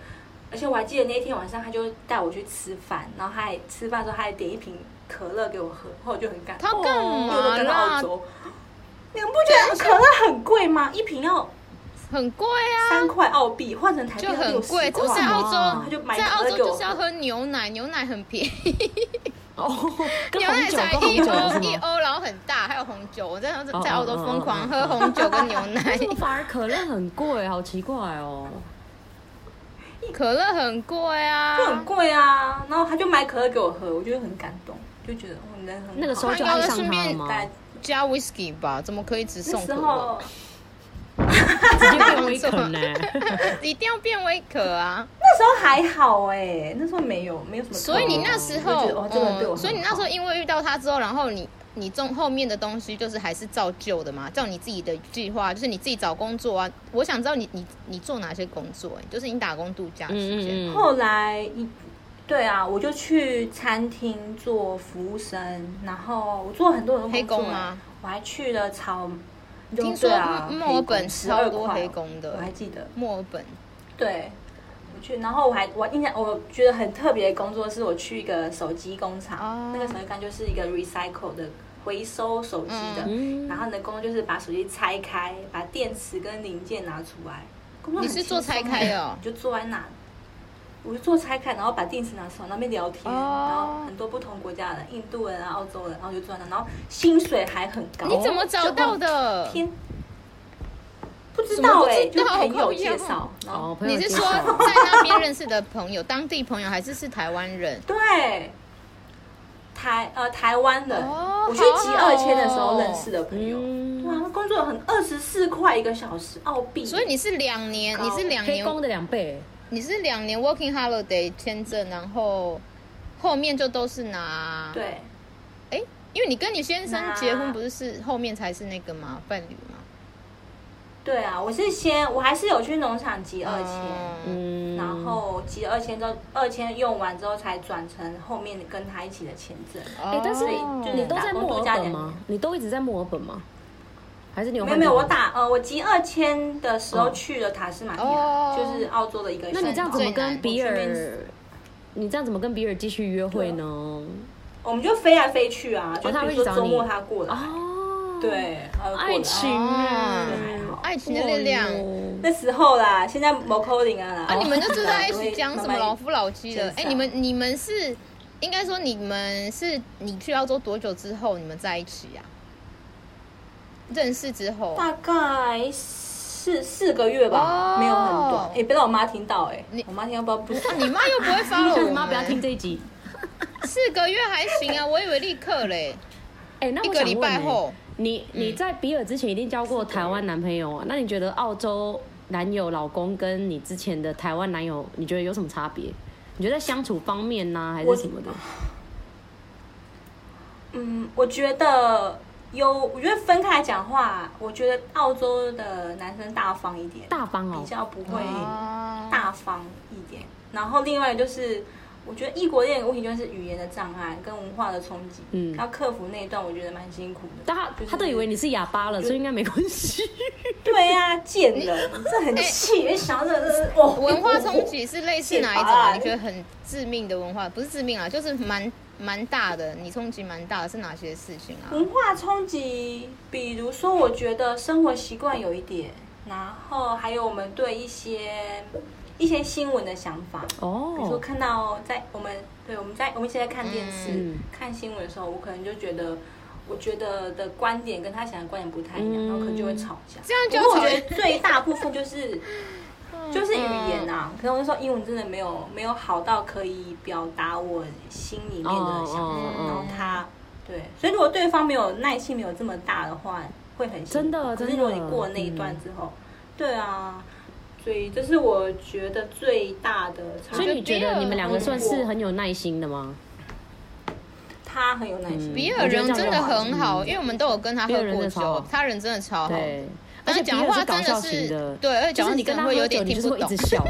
Speaker 3: 而且我还记得那天晚上，他就带我去吃饭，然后他还吃饭的时候他还点一瓶可乐给我喝，然后我就很感动。
Speaker 1: 他
Speaker 2: 哦
Speaker 1: 干
Speaker 3: 因为
Speaker 1: 嘛
Speaker 3: 我都跟到澳
Speaker 1: 啦？
Speaker 3: 洲，你们不觉得可乐很贵吗？一瓶要
Speaker 1: 很贵啊，
Speaker 3: 三块澳币，换成台币
Speaker 1: 就
Speaker 3: 要
Speaker 1: 很
Speaker 3: 六
Speaker 1: 贵，
Speaker 3: 十
Speaker 1: 就在
Speaker 3: 块。
Speaker 1: 澳
Speaker 2: 哇
Speaker 1: 洲啊
Speaker 3: 他，就买
Speaker 1: 在澳
Speaker 3: 可乐
Speaker 1: 洲
Speaker 3: 给我
Speaker 1: 就是
Speaker 3: 喝
Speaker 1: 要喝牛奶，牛奶很便宜，
Speaker 2: 哦，跟
Speaker 1: 牛
Speaker 2: 红
Speaker 1: 奶
Speaker 2: 酒
Speaker 1: 才
Speaker 2: 跟红
Speaker 1: 一
Speaker 2: 酒
Speaker 1: 欧
Speaker 2: 是
Speaker 1: 一哦
Speaker 2: 吗？
Speaker 1: 欧，然后很大，还有红酒。我在澳洲
Speaker 2: 哦
Speaker 1: 在澳洲
Speaker 2: 哦
Speaker 1: 疯
Speaker 2: 哦
Speaker 1: 狂
Speaker 2: 哦
Speaker 1: 喝红酒跟牛奶
Speaker 2: 怎，么反而可乐很贵？好奇怪哦。
Speaker 1: 可乐很贵啊
Speaker 3: 就，很贵啊，然后他就买可乐给我喝，我就很感动，就觉得哦，人很好
Speaker 2: 那个时候就爱上他了吗？
Speaker 3: 大家
Speaker 1: 加 whisky 吧，怎么可以只
Speaker 3: 那
Speaker 1: 送
Speaker 3: 时
Speaker 1: 可乐？
Speaker 3: 候
Speaker 2: 直接变微可呢？
Speaker 1: 一定要变微可啊！
Speaker 3: 那时候还好哎、那时候没有没有什么。啊
Speaker 1: 所以你那时候嗯
Speaker 3: 我就觉得哦，这个人对我很好
Speaker 1: 所以你那时候因为遇到他之后，然后你你中后面的东西就是还是照旧的嘛，照你自己的计划，就是你自己找工作啊。我想知道你你你做哪些工作、欸？就是你打工度假时间。
Speaker 2: 嗯嗯嗯，
Speaker 3: 后来你对啊，我就去餐厅做服务生，然后我做了很
Speaker 2: 嗯
Speaker 3: 多很多
Speaker 1: 黑
Speaker 3: 工作欸啊
Speaker 1: 工啊吗？
Speaker 3: 我还去了炒，就
Speaker 1: 听
Speaker 3: 对
Speaker 1: 说
Speaker 3: 啊，
Speaker 1: 墨尔本超多黑
Speaker 3: 工
Speaker 1: 工
Speaker 3: 12块，我
Speaker 1: 的
Speaker 3: 还，记得。
Speaker 1: 墨尔本
Speaker 3: 哦对，我去，然后我还我印象我觉得很特别的工作是我去一个手机工厂，
Speaker 1: 哦
Speaker 3: 那个手机工厂就是一个 recycle 的回收手机的，
Speaker 2: 嗯
Speaker 3: 然后你的工作就是把手机拆开，把电池跟零件拿出来。工作很
Speaker 1: 你是做
Speaker 3: 轻松欸
Speaker 1: 拆开的哦
Speaker 3: 你就坐在那。我是做拆开，然后把电池拿出来，那边聊天，
Speaker 1: 哦
Speaker 3: 然后很多不同国家的人，印度人啊、澳洲人，然后就坐在那，然后薪水还很高。
Speaker 1: 你怎么找到的？
Speaker 3: 天，不知
Speaker 1: 怎么
Speaker 3: 道
Speaker 1: 不知
Speaker 3: 哎、
Speaker 1: 道
Speaker 3: 就朋
Speaker 1: 靠
Speaker 3: 友
Speaker 1: 腰
Speaker 3: 介绍，然后
Speaker 2: 哦，朋友
Speaker 1: 你是
Speaker 2: 介
Speaker 1: 说
Speaker 2: 绍
Speaker 1: 在那边认识的朋友，当地朋友还是是台湾人？
Speaker 3: 对，台呃台湾人，
Speaker 1: 哦
Speaker 3: 我去集二千的时候认识的朋友。
Speaker 2: 嗯
Speaker 3: 对啊，他工作很二十四块一个小时澳币，
Speaker 1: 所以你是两年，
Speaker 3: 高
Speaker 1: 你是两
Speaker 2: 哦黑
Speaker 1: 年，
Speaker 2: 工的两倍，
Speaker 1: 你是两年 working holiday 签证，然后后面就都是拿，
Speaker 3: 对
Speaker 1: 哎，因为你跟你先生
Speaker 3: 拿
Speaker 1: 结婚不是是后面才是那个吗？伴侣吗？
Speaker 3: 对啊，我是先我还是有去农场集二千，
Speaker 1: 嗯
Speaker 2: 嗯，
Speaker 3: 然后集二千之后，二千用完之后才转成后面跟他一起的签证。
Speaker 2: 哎，但是
Speaker 1: 哦
Speaker 2: 你都在墨尔本吗？你都一直在墨尔本吗？还是你有
Speaker 3: 没有
Speaker 2: 换
Speaker 3: 没有，
Speaker 2: 地
Speaker 3: 我
Speaker 2: 方？
Speaker 3: 打呃，我集二千的时候
Speaker 2: 哦
Speaker 3: 去了塔斯马尼
Speaker 1: 哦
Speaker 3: 亚，就是澳洲的一个
Speaker 2: 那
Speaker 3: 小岛。
Speaker 2: 你这样怎
Speaker 1: 最
Speaker 2: 么
Speaker 1: 难
Speaker 2: 跟比
Speaker 3: 我去面
Speaker 2: 尔
Speaker 3: 试？
Speaker 2: 你这样怎么跟比尔继续约会呢？
Speaker 3: 我们就飞来飞去啊，就
Speaker 2: 哦他
Speaker 3: 比
Speaker 2: 会
Speaker 3: 如说
Speaker 2: 找
Speaker 3: 周
Speaker 2: 你
Speaker 3: 末他过来，
Speaker 2: 哦，，
Speaker 3: 对，呃，过
Speaker 2: 爱
Speaker 3: 来
Speaker 2: 情
Speaker 1: 啊
Speaker 2: 啊，
Speaker 1: 爱情哦的力量
Speaker 2: 哎呦
Speaker 3: 那时候啦，现在某口令啊啦。
Speaker 1: 啊，你们就住在一
Speaker 3: 对
Speaker 1: 起，讲什么
Speaker 3: 慢慢
Speaker 1: 老夫老妻的
Speaker 3: 减？少
Speaker 1: 哎，你们你们是应该说你们是你去澳洲多久之后你们在一起呀、认识之后，
Speaker 3: 大概四四个月吧，
Speaker 1: 哦
Speaker 3: 没有很短。哎、别让我妈听到哎、
Speaker 1: 你
Speaker 3: 我妈听到不知道
Speaker 1: 你妈又不会发了我
Speaker 2: 你
Speaker 1: 们
Speaker 2: 妈不要听这一集。
Speaker 1: 四个月还行啊，我以为立刻嘞，
Speaker 2: 哎、那
Speaker 1: 一
Speaker 2: 我
Speaker 1: 个
Speaker 2: 想
Speaker 1: 礼
Speaker 2: 问
Speaker 1: 拜
Speaker 2: 欸
Speaker 1: 后，嗯
Speaker 2: 你你在比尔之前一定交过台湾男朋友啊？那你觉得澳洲男友、老公跟你之前的台湾男友，你觉得有什么差别？你觉得在相处方面呢、还
Speaker 3: 我
Speaker 2: 是什么的？
Speaker 3: 嗯，我觉得有，我觉得分开来讲话，我觉得澳洲的男生大方一点，
Speaker 2: 大方哦
Speaker 3: 比，较不会
Speaker 1: 哦
Speaker 3: 大方一点。然后另外就是，我觉得异国恋的问题就是语言的障碍跟文化的冲击，
Speaker 2: 嗯
Speaker 3: 要克服那一段，我觉得蛮辛苦的。
Speaker 2: 但他
Speaker 3: 就是
Speaker 2: 他都以为你是哑巴了，所以应该没关 系。
Speaker 3: 对呀、贱人，这很气，一想到这这哦，
Speaker 1: 哎文化冲击是类似哪一种
Speaker 3: 谢拔
Speaker 1: 啊？
Speaker 3: 了
Speaker 1: 你觉得很致命的文化，不是致命啊，就是蛮蛮大的，你冲击蛮大的是哪些事情
Speaker 2: 嗯
Speaker 1: 啊？
Speaker 3: 文化冲击，比如说，我觉得生活习惯有一点，然后还有我们对一些一些新闻的想法，比如说
Speaker 2: 哦，
Speaker 3: 看到在我们对我们在我们现在看电视、
Speaker 2: 嗯
Speaker 3: 看新闻的时候，我可能就觉得。我觉得的观点跟他想的观点不太一样，
Speaker 2: 嗯
Speaker 3: 然后可能就会吵架。
Speaker 1: 这样就
Speaker 3: 不过我
Speaker 1: 吵
Speaker 3: 觉得最大部 分就是就是语言啊，
Speaker 2: 嗯
Speaker 3: 可能我那时候英文真的没有没有好到可以表达我心里面的想法。
Speaker 2: 哦
Speaker 3: 然后
Speaker 2: 哦
Speaker 3: 他对，所以如果对方没有耐性没有这么大的话，会很辛苦
Speaker 2: 真的嗯
Speaker 3: 可
Speaker 2: 真
Speaker 3: 是如果你
Speaker 2: 的
Speaker 3: 过了那一段之后，对啊，所以这是我觉得最大的差
Speaker 2: 嗯所
Speaker 3: 别。
Speaker 2: 以你觉得你们两个算是很有耐心的吗？
Speaker 3: 他很有耐
Speaker 2: 嗯
Speaker 3: 心，
Speaker 1: 比尔人真的很好，因为我们都有跟他喝
Speaker 2: 比尔人真
Speaker 1: 过
Speaker 2: 的超好
Speaker 1: 酒，他人真的超好，
Speaker 2: 对，而
Speaker 1: 但
Speaker 2: 且
Speaker 1: 是
Speaker 2: 比
Speaker 1: 哦讲
Speaker 2: 尔
Speaker 1: 话
Speaker 2: 是搞
Speaker 1: 真的
Speaker 2: 笑型的
Speaker 1: 是，，对，而且
Speaker 2: 就
Speaker 1: 讲话
Speaker 2: 是你
Speaker 1: 你
Speaker 2: 跟
Speaker 1: 可
Speaker 2: 他
Speaker 1: 能
Speaker 2: 喝
Speaker 1: 会有
Speaker 2: 酒
Speaker 1: 点
Speaker 2: 你
Speaker 1: 听
Speaker 2: 就是
Speaker 1: 不
Speaker 2: 会一
Speaker 1: 懂
Speaker 2: 直。笑。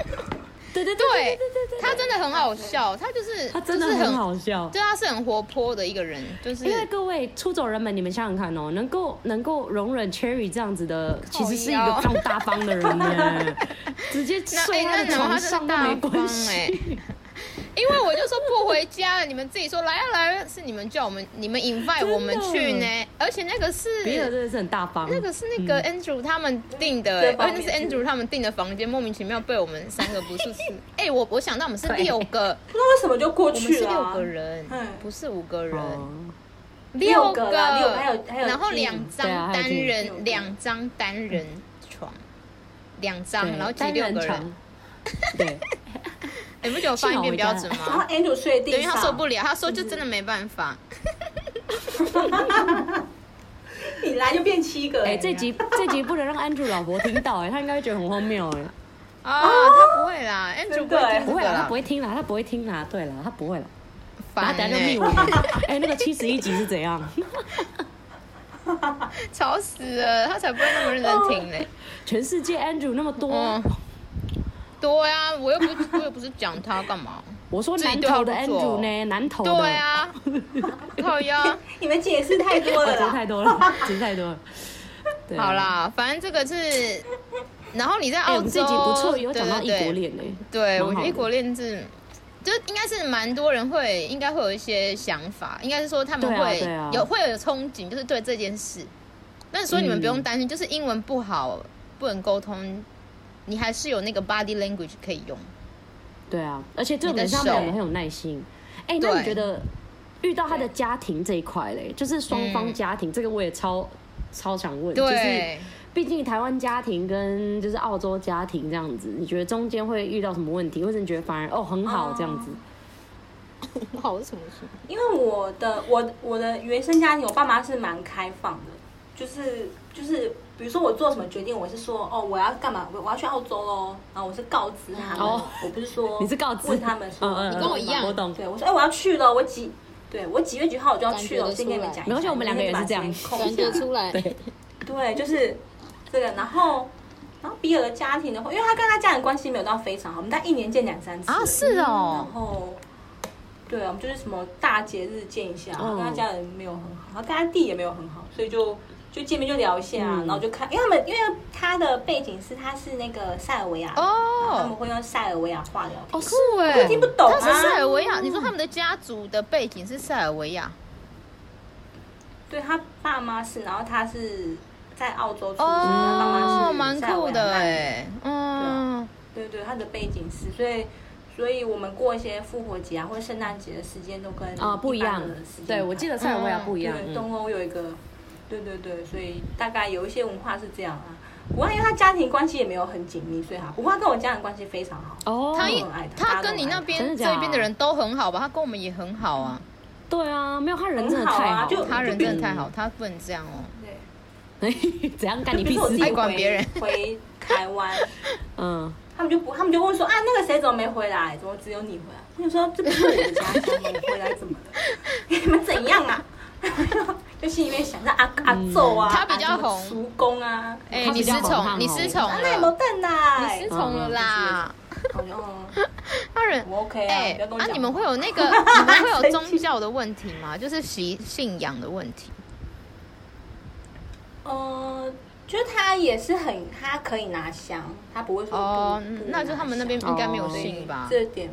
Speaker 2: 对对 对
Speaker 1: 对，他真的很好笑，他就是
Speaker 2: 他真的
Speaker 1: 就是
Speaker 2: 很好哎笑。
Speaker 1: 对，啊他是很活泼的一个人，就是
Speaker 2: 因为各位出走人们，你们想想看哦，能够能够容忍 Cherry 这样子的，其实是一个非常大方的人 呢，直接
Speaker 1: 那哎
Speaker 2: 睡
Speaker 1: 那
Speaker 2: 他的
Speaker 1: 男
Speaker 2: 床
Speaker 1: 他真
Speaker 2: 上
Speaker 1: 的
Speaker 2: 都
Speaker 1: 大
Speaker 2: 没
Speaker 1: 方
Speaker 2: 关系。
Speaker 1: 哎、 因为我就说不回家了，你们自己说来啊来啊，是你们叫我们，你们 invite
Speaker 2: 真的
Speaker 1: 我们去呢，而且那个
Speaker 2: 比尔
Speaker 1: 是。
Speaker 2: 真的是很大方，
Speaker 1: 那个是那个
Speaker 2: 嗯
Speaker 1: Andrew 他们订的、
Speaker 3: 这
Speaker 1: 欸，
Speaker 3: 方
Speaker 1: 而
Speaker 3: 面
Speaker 1: 且那是
Speaker 3: 是
Speaker 1: Andrew 他们订的房间，莫名其妙被我们三个不是 四，哎、我我想到我们是
Speaker 2: 对
Speaker 1: 六个，
Speaker 3: 不知道为什么就过
Speaker 1: 我们是
Speaker 3: 去了、
Speaker 1: 六
Speaker 3: 啊。
Speaker 1: 个人
Speaker 3: 嗯，
Speaker 1: 不是五个人，
Speaker 2: 哦
Speaker 3: 六
Speaker 1: 个，
Speaker 3: 个啦六还有还有
Speaker 1: 然后
Speaker 3: Jean
Speaker 1: 两张
Speaker 2: 对啊还
Speaker 1: 单
Speaker 2: 有 Jean
Speaker 3: 六个
Speaker 1: 人，两张单人床，两张，
Speaker 2: 对
Speaker 1: 然后挤
Speaker 2: 单
Speaker 1: 六
Speaker 2: 人
Speaker 1: 个
Speaker 2: 床
Speaker 1: 人，， 哎你
Speaker 2: 对，
Speaker 1: 不觉得我发音变标准
Speaker 3: 然
Speaker 1: 吗
Speaker 3: 后？Andrew 睡地
Speaker 1: 等于
Speaker 3: 上，
Speaker 1: 他受不了，
Speaker 2: 啊
Speaker 1: 他说就真的没办法。
Speaker 2: 嗯
Speaker 3: 你来就变七个、
Speaker 2: 哎，这集这集不能让 Andrew 老婆听到，哎，他应该会觉得很荒谬，哎，
Speaker 1: 哦，他不会啦，Andrew
Speaker 3: 啊真
Speaker 1: 不
Speaker 3: 的
Speaker 1: 会
Speaker 3: 欸
Speaker 1: 听
Speaker 2: 不
Speaker 1: 这
Speaker 2: 会啊
Speaker 1: 个
Speaker 2: 啦，他
Speaker 1: 啦
Speaker 2: 不，会听啦，他不会听啦，对啦，他不会啦，然后
Speaker 1: 烦
Speaker 2: 等下就密
Speaker 1: 欸
Speaker 2: 我，们， 哎，那个七十一集是怎样？
Speaker 1: 吵死了，他才不会那么认真听嘞。
Speaker 2: 全世界 Andrew 那么多
Speaker 1: 嗯，，对啊，我又不我又不是讲他干嘛？
Speaker 2: 我说
Speaker 1: 自己
Speaker 2: 南
Speaker 1: 对号
Speaker 2: 投
Speaker 1: 入
Speaker 2: 的
Speaker 1: 座
Speaker 2: Andrew 呢，南投的，
Speaker 1: 对啊， 靠腰。
Speaker 3: 你们解释太多了
Speaker 2: 折
Speaker 3: 啦
Speaker 2: 太。多了， 折太多了。对啊
Speaker 1: 好，啦，反正这个是，然后你在
Speaker 2: 哎，
Speaker 1: 澳
Speaker 2: 我
Speaker 1: 洲
Speaker 2: 们这集不错，有
Speaker 1: 对
Speaker 2: 讲到异
Speaker 1: 对对
Speaker 2: 国恋呢。
Speaker 1: 对，
Speaker 2: 蛮
Speaker 1: 我觉得
Speaker 2: 好的
Speaker 1: 异国恋是，就应该是蛮多人会，应该会有一些想法，应该是说他们
Speaker 2: 对啊
Speaker 1: 会
Speaker 2: 对啊
Speaker 1: 有会有憧憬，就是对这件事。但所以你们不用
Speaker 2: 嗯
Speaker 1: 担心，就是英文不好不能沟通，你还是有那个 body language 可以用。
Speaker 2: 对啊，而且这种
Speaker 1: 你的
Speaker 2: 人他们两个
Speaker 1: 手
Speaker 2: 很有耐心。哎，那你
Speaker 1: 对
Speaker 2: 觉得遇到他的家庭这一块嘞，就是双方
Speaker 1: 嗯
Speaker 2: 家庭，这个我也超超想问，就是
Speaker 1: 对，
Speaker 2: 毕竟台湾家庭跟就是澳洲家庭这样子，你觉得中间会遇到什么问题，或者你觉得反而哦很好
Speaker 3: 哦
Speaker 2: 这样子？
Speaker 1: 好什么什么？
Speaker 3: 因为我的我我的原生家庭，我爸妈是蛮开放的，就是就是，比如说我做什么决定，我是说哦，我要干嘛，我我要去澳洲喽，然后我是告知他们，
Speaker 2: 哦
Speaker 3: 我不是说
Speaker 2: 你是告知
Speaker 3: 问他们说，
Speaker 2: 嗯嗯嗯
Speaker 1: 你跟我一样
Speaker 2: 我懂。
Speaker 3: 对我说哎、我要去了，我几对我几月几号我就要去了，我
Speaker 1: 感觉得
Speaker 3: 先跟你们讲一下，
Speaker 2: 没关系我们两个也是这样
Speaker 3: 你们把时间空下
Speaker 1: 来
Speaker 3: 来
Speaker 2: 对，
Speaker 3: 对，就是这个，然后。然后比尔的家庭的话，因为他跟他家人关系没有到非常好，我们大概一年见两三次而
Speaker 1: 啊，
Speaker 3: 已
Speaker 1: 是哦
Speaker 3: 然，后，对啊，我们就是什么大节日见一下，然后跟他
Speaker 1: 嗯
Speaker 3: 家人没有很好，然后跟他弟也没有很好，所以就就见面就聊一下，啊
Speaker 2: 嗯
Speaker 3: 然后就看，因为他们因为他的背景是他是那个塞尔维亚，他们
Speaker 1: 哦，
Speaker 3: 会用塞尔维亚话聊天，
Speaker 1: 哦，酷哎，
Speaker 3: 听不懂啊
Speaker 1: 他是塞尔维亚，你说他们的家族的背景是塞尔维亚，
Speaker 3: 对他爸妈是，然后他是在澳洲出生，他爸妈
Speaker 1: 哦，
Speaker 3: 是
Speaker 1: 蛮
Speaker 3: 塞尔维
Speaker 1: 酷
Speaker 3: 亚
Speaker 1: 的
Speaker 3: 难民
Speaker 1: 哎，嗯。
Speaker 3: 对对，他的背景是，所以所以我们过一些复活节啊或者圣诞节的时间都跟
Speaker 2: 啊不一
Speaker 3: 般
Speaker 2: 样
Speaker 3: 的时间，
Speaker 2: 对我记
Speaker 3: 得
Speaker 2: 得塞尔维亚不一样，
Speaker 3: 对
Speaker 2: 嗯
Speaker 3: 东欧有一个，对对对，所以大概有一些文化是这样啊。国外因为他家庭关系也没有很紧密，所以他不过他跟我家人关系非常好，
Speaker 2: 哦，
Speaker 1: 他
Speaker 3: 都
Speaker 1: 一
Speaker 3: 很爱他，
Speaker 1: 他跟你那
Speaker 2: 真的
Speaker 1: 边
Speaker 2: 假的
Speaker 1: 这边的人都很好吧？他跟我们也很好啊，
Speaker 2: 对啊，没有他人真的
Speaker 3: 很好
Speaker 2: 太
Speaker 3: 啊
Speaker 2: 好了，
Speaker 3: 就
Speaker 1: 他人真的太好
Speaker 2: 嗯，，
Speaker 1: 他不能这样哦。
Speaker 3: 对，
Speaker 2: 怎样干你
Speaker 3: 就比
Speaker 2: 屁
Speaker 3: 如说我自
Speaker 2: 事
Speaker 3: 己？
Speaker 1: 管别人
Speaker 3: 回回台湾。
Speaker 2: 嗯，
Speaker 3: 他们就不，他们就会说啊，那个谁怎么没回来？怎么只有你回来？我就说这不是我的家乡吗？你回来怎么了？你们怎样啊？就心里面想着阿阿揍啊，
Speaker 1: 他比较
Speaker 3: 啊什么
Speaker 1: 红
Speaker 3: 叔公啊，
Speaker 1: 哎、
Speaker 2: 他
Speaker 1: 你
Speaker 2: 比
Speaker 1: 失
Speaker 2: 较好看哦
Speaker 1: 宠，你失宠
Speaker 3: 啊那有没有
Speaker 1: 了，
Speaker 3: 蛋
Speaker 1: 你啊失
Speaker 3: 奶？
Speaker 1: 宠了啦。
Speaker 3: 哦，
Speaker 1: 他人
Speaker 3: 我 OK 啊，
Speaker 1: 哎、
Speaker 3: 不要跟我
Speaker 1: 啊，
Speaker 3: 讲。
Speaker 1: 你们会有那 个，你们会有宗教的问题吗？就是习信仰的问题。
Speaker 3: 呃，就是他也是很，他可以拿香，他不会说不
Speaker 1: 哦
Speaker 3: 不，哦
Speaker 1: 那就他们那边应该没有
Speaker 3: 拿香
Speaker 1: 信吧？
Speaker 3: 所以这点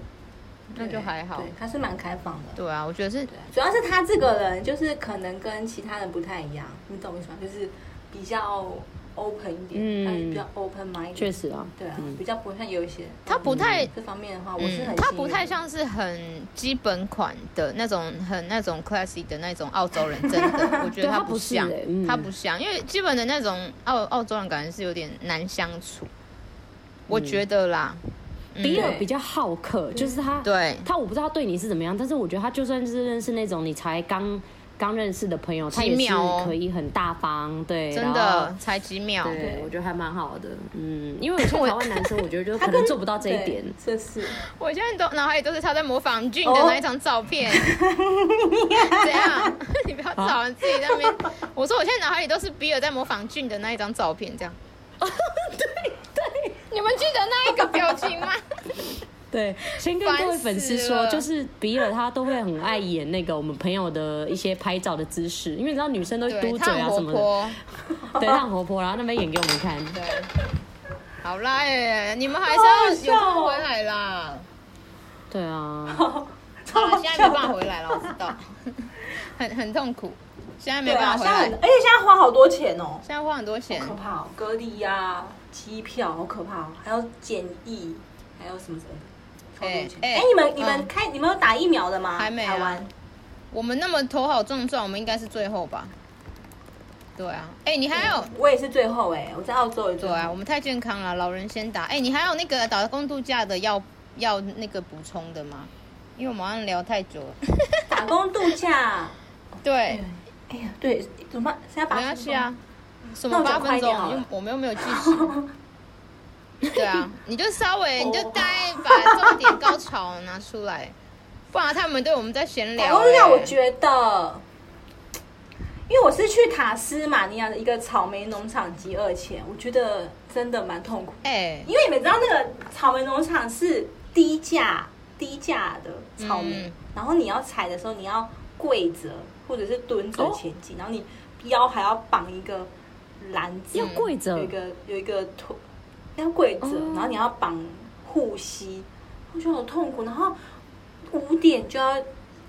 Speaker 1: 那就还好
Speaker 3: 对，他是蛮开放的。
Speaker 1: 对啊，我觉得是
Speaker 3: 对，主要是他这个人就是可能跟其他人不太一样，你懂我意思吗？就是比较 open 一点，
Speaker 2: 嗯
Speaker 3: 他比较 open mind，
Speaker 2: 确实啊，
Speaker 3: 对啊，
Speaker 2: 嗯
Speaker 3: 比较不像有一些
Speaker 1: 他不太
Speaker 3: 这方面的话，我是
Speaker 1: 嗯
Speaker 3: 很，
Speaker 1: 他
Speaker 3: 信任
Speaker 1: 不太像是很基本款的那种，很那种 classy 的那种澳洲人，真的，我觉
Speaker 2: 对
Speaker 1: 得
Speaker 2: 他
Speaker 1: 不
Speaker 2: 不是
Speaker 1: 像
Speaker 2: 欸嗯，
Speaker 1: 他不像，因为基本的那种澳澳洲人感觉是有点难相
Speaker 2: 嗯
Speaker 1: 处，我觉得啦。嗯
Speaker 2: 比尔比较好客，就是他，
Speaker 1: 对
Speaker 2: 他我不知道他对你是怎么样，但是我觉得他就算是认识那种你才刚刚认识的朋友，他也
Speaker 1: 几
Speaker 2: 是
Speaker 1: 秒哦
Speaker 2: 可以很大方，对，
Speaker 1: 真
Speaker 2: 然
Speaker 1: 的
Speaker 2: 后。
Speaker 1: 才几秒，
Speaker 2: 对，我觉得还蛮好的，嗯，因为有些台湾男生，我觉 得就
Speaker 3: 他
Speaker 2: 可
Speaker 3: 跟
Speaker 2: 能做不到这一
Speaker 3: 对
Speaker 2: 点，
Speaker 3: 这是
Speaker 1: 我现在都脑海里都是他在模仿俊
Speaker 2: 哦
Speaker 1: 的那一张照 片，怎样？ 你不要找你自己在那边。
Speaker 2: 啊
Speaker 1: 我说我现在脑海里都是比尔在模仿俊的那一张照片，这 样。 对对，你们记得那一个表情吗？
Speaker 2: 对，先跟
Speaker 1: 烦
Speaker 2: 各位粉丝
Speaker 1: 死
Speaker 2: 说，
Speaker 1: 了
Speaker 2: 就是比尔他都会很爱演那个我们朋友的一些拍照的姿势，因为你知道女生都会
Speaker 1: 对，
Speaker 2: 嘟
Speaker 1: 他
Speaker 2: 嘴
Speaker 1: 很
Speaker 2: 啊
Speaker 1: 活
Speaker 2: 什么的，
Speaker 1: 泼。
Speaker 2: 对，他很活泼，然后那边演给我们看，
Speaker 1: 对，好啦，哎，你们还是要有空回来啦。
Speaker 2: 对 啊，
Speaker 1: 好了，现在没办法回来了，我知道，很很痛苦，现在没
Speaker 3: 对
Speaker 1: 办
Speaker 3: 啊，
Speaker 1: 法
Speaker 3: 现
Speaker 1: 回
Speaker 3: 在
Speaker 1: 来
Speaker 3: 很，，而且现在花好多钱哦，
Speaker 1: 现在花很多钱
Speaker 3: 好可。怕哦，隔离呀，机票好可怕哦，还有检疫，还有什么什么的，超多
Speaker 1: 哎
Speaker 3: 钱。
Speaker 1: 哎
Speaker 3: 哎，你们你
Speaker 1: 嗯
Speaker 3: 们开你们有打疫苗的吗？
Speaker 1: 还没啊
Speaker 3: 台湾
Speaker 1: 我们那么头好壮壮，我们应该是最后吧？对啊，哎、你还有
Speaker 3: 我也是最后哎，我在澳洲也
Speaker 1: 对
Speaker 3: 最后
Speaker 1: 啊，我们太健康了，老人先打。哎、你还有那个打工度假的要要那个补充的吗？因为我们好像聊太久 了。
Speaker 3: 打工度假。
Speaker 1: 对，
Speaker 3: 哎呀，对，怎么办？现在
Speaker 1: 没
Speaker 3: 八
Speaker 1: 关
Speaker 3: 分
Speaker 1: 系
Speaker 3: 钟
Speaker 1: 啊。，什么
Speaker 3: 那我
Speaker 1: 八
Speaker 3: 讲快
Speaker 1: 分
Speaker 3: 一
Speaker 1: 钟
Speaker 3: 点好？了
Speaker 1: 又我们又没有计 时。对啊，你就稍微
Speaker 3: 哦
Speaker 1: 你就大概把重点高潮拿出来，不然他们对我们在闲
Speaker 3: 打
Speaker 1: 聊、
Speaker 3: 工度假，
Speaker 1: 哎
Speaker 3: 哦我觉得，因为我是去塔斯马尼亚的一个草莓农场集二钱，我觉得真的蛮痛苦，
Speaker 1: 哎、
Speaker 3: 因为你们知道那个草莓农场是低价低价的草莓，
Speaker 1: 嗯
Speaker 3: 然后你要采的时候你要跪着或者是蹲着
Speaker 2: 哦
Speaker 3: 前进，然后你腰还要绑一个篮子，
Speaker 2: 要跪着
Speaker 3: 有一个有一个腿要跪着，
Speaker 2: 哦
Speaker 3: 然后你要绑护膝，我觉得好痛苦。然后五点就要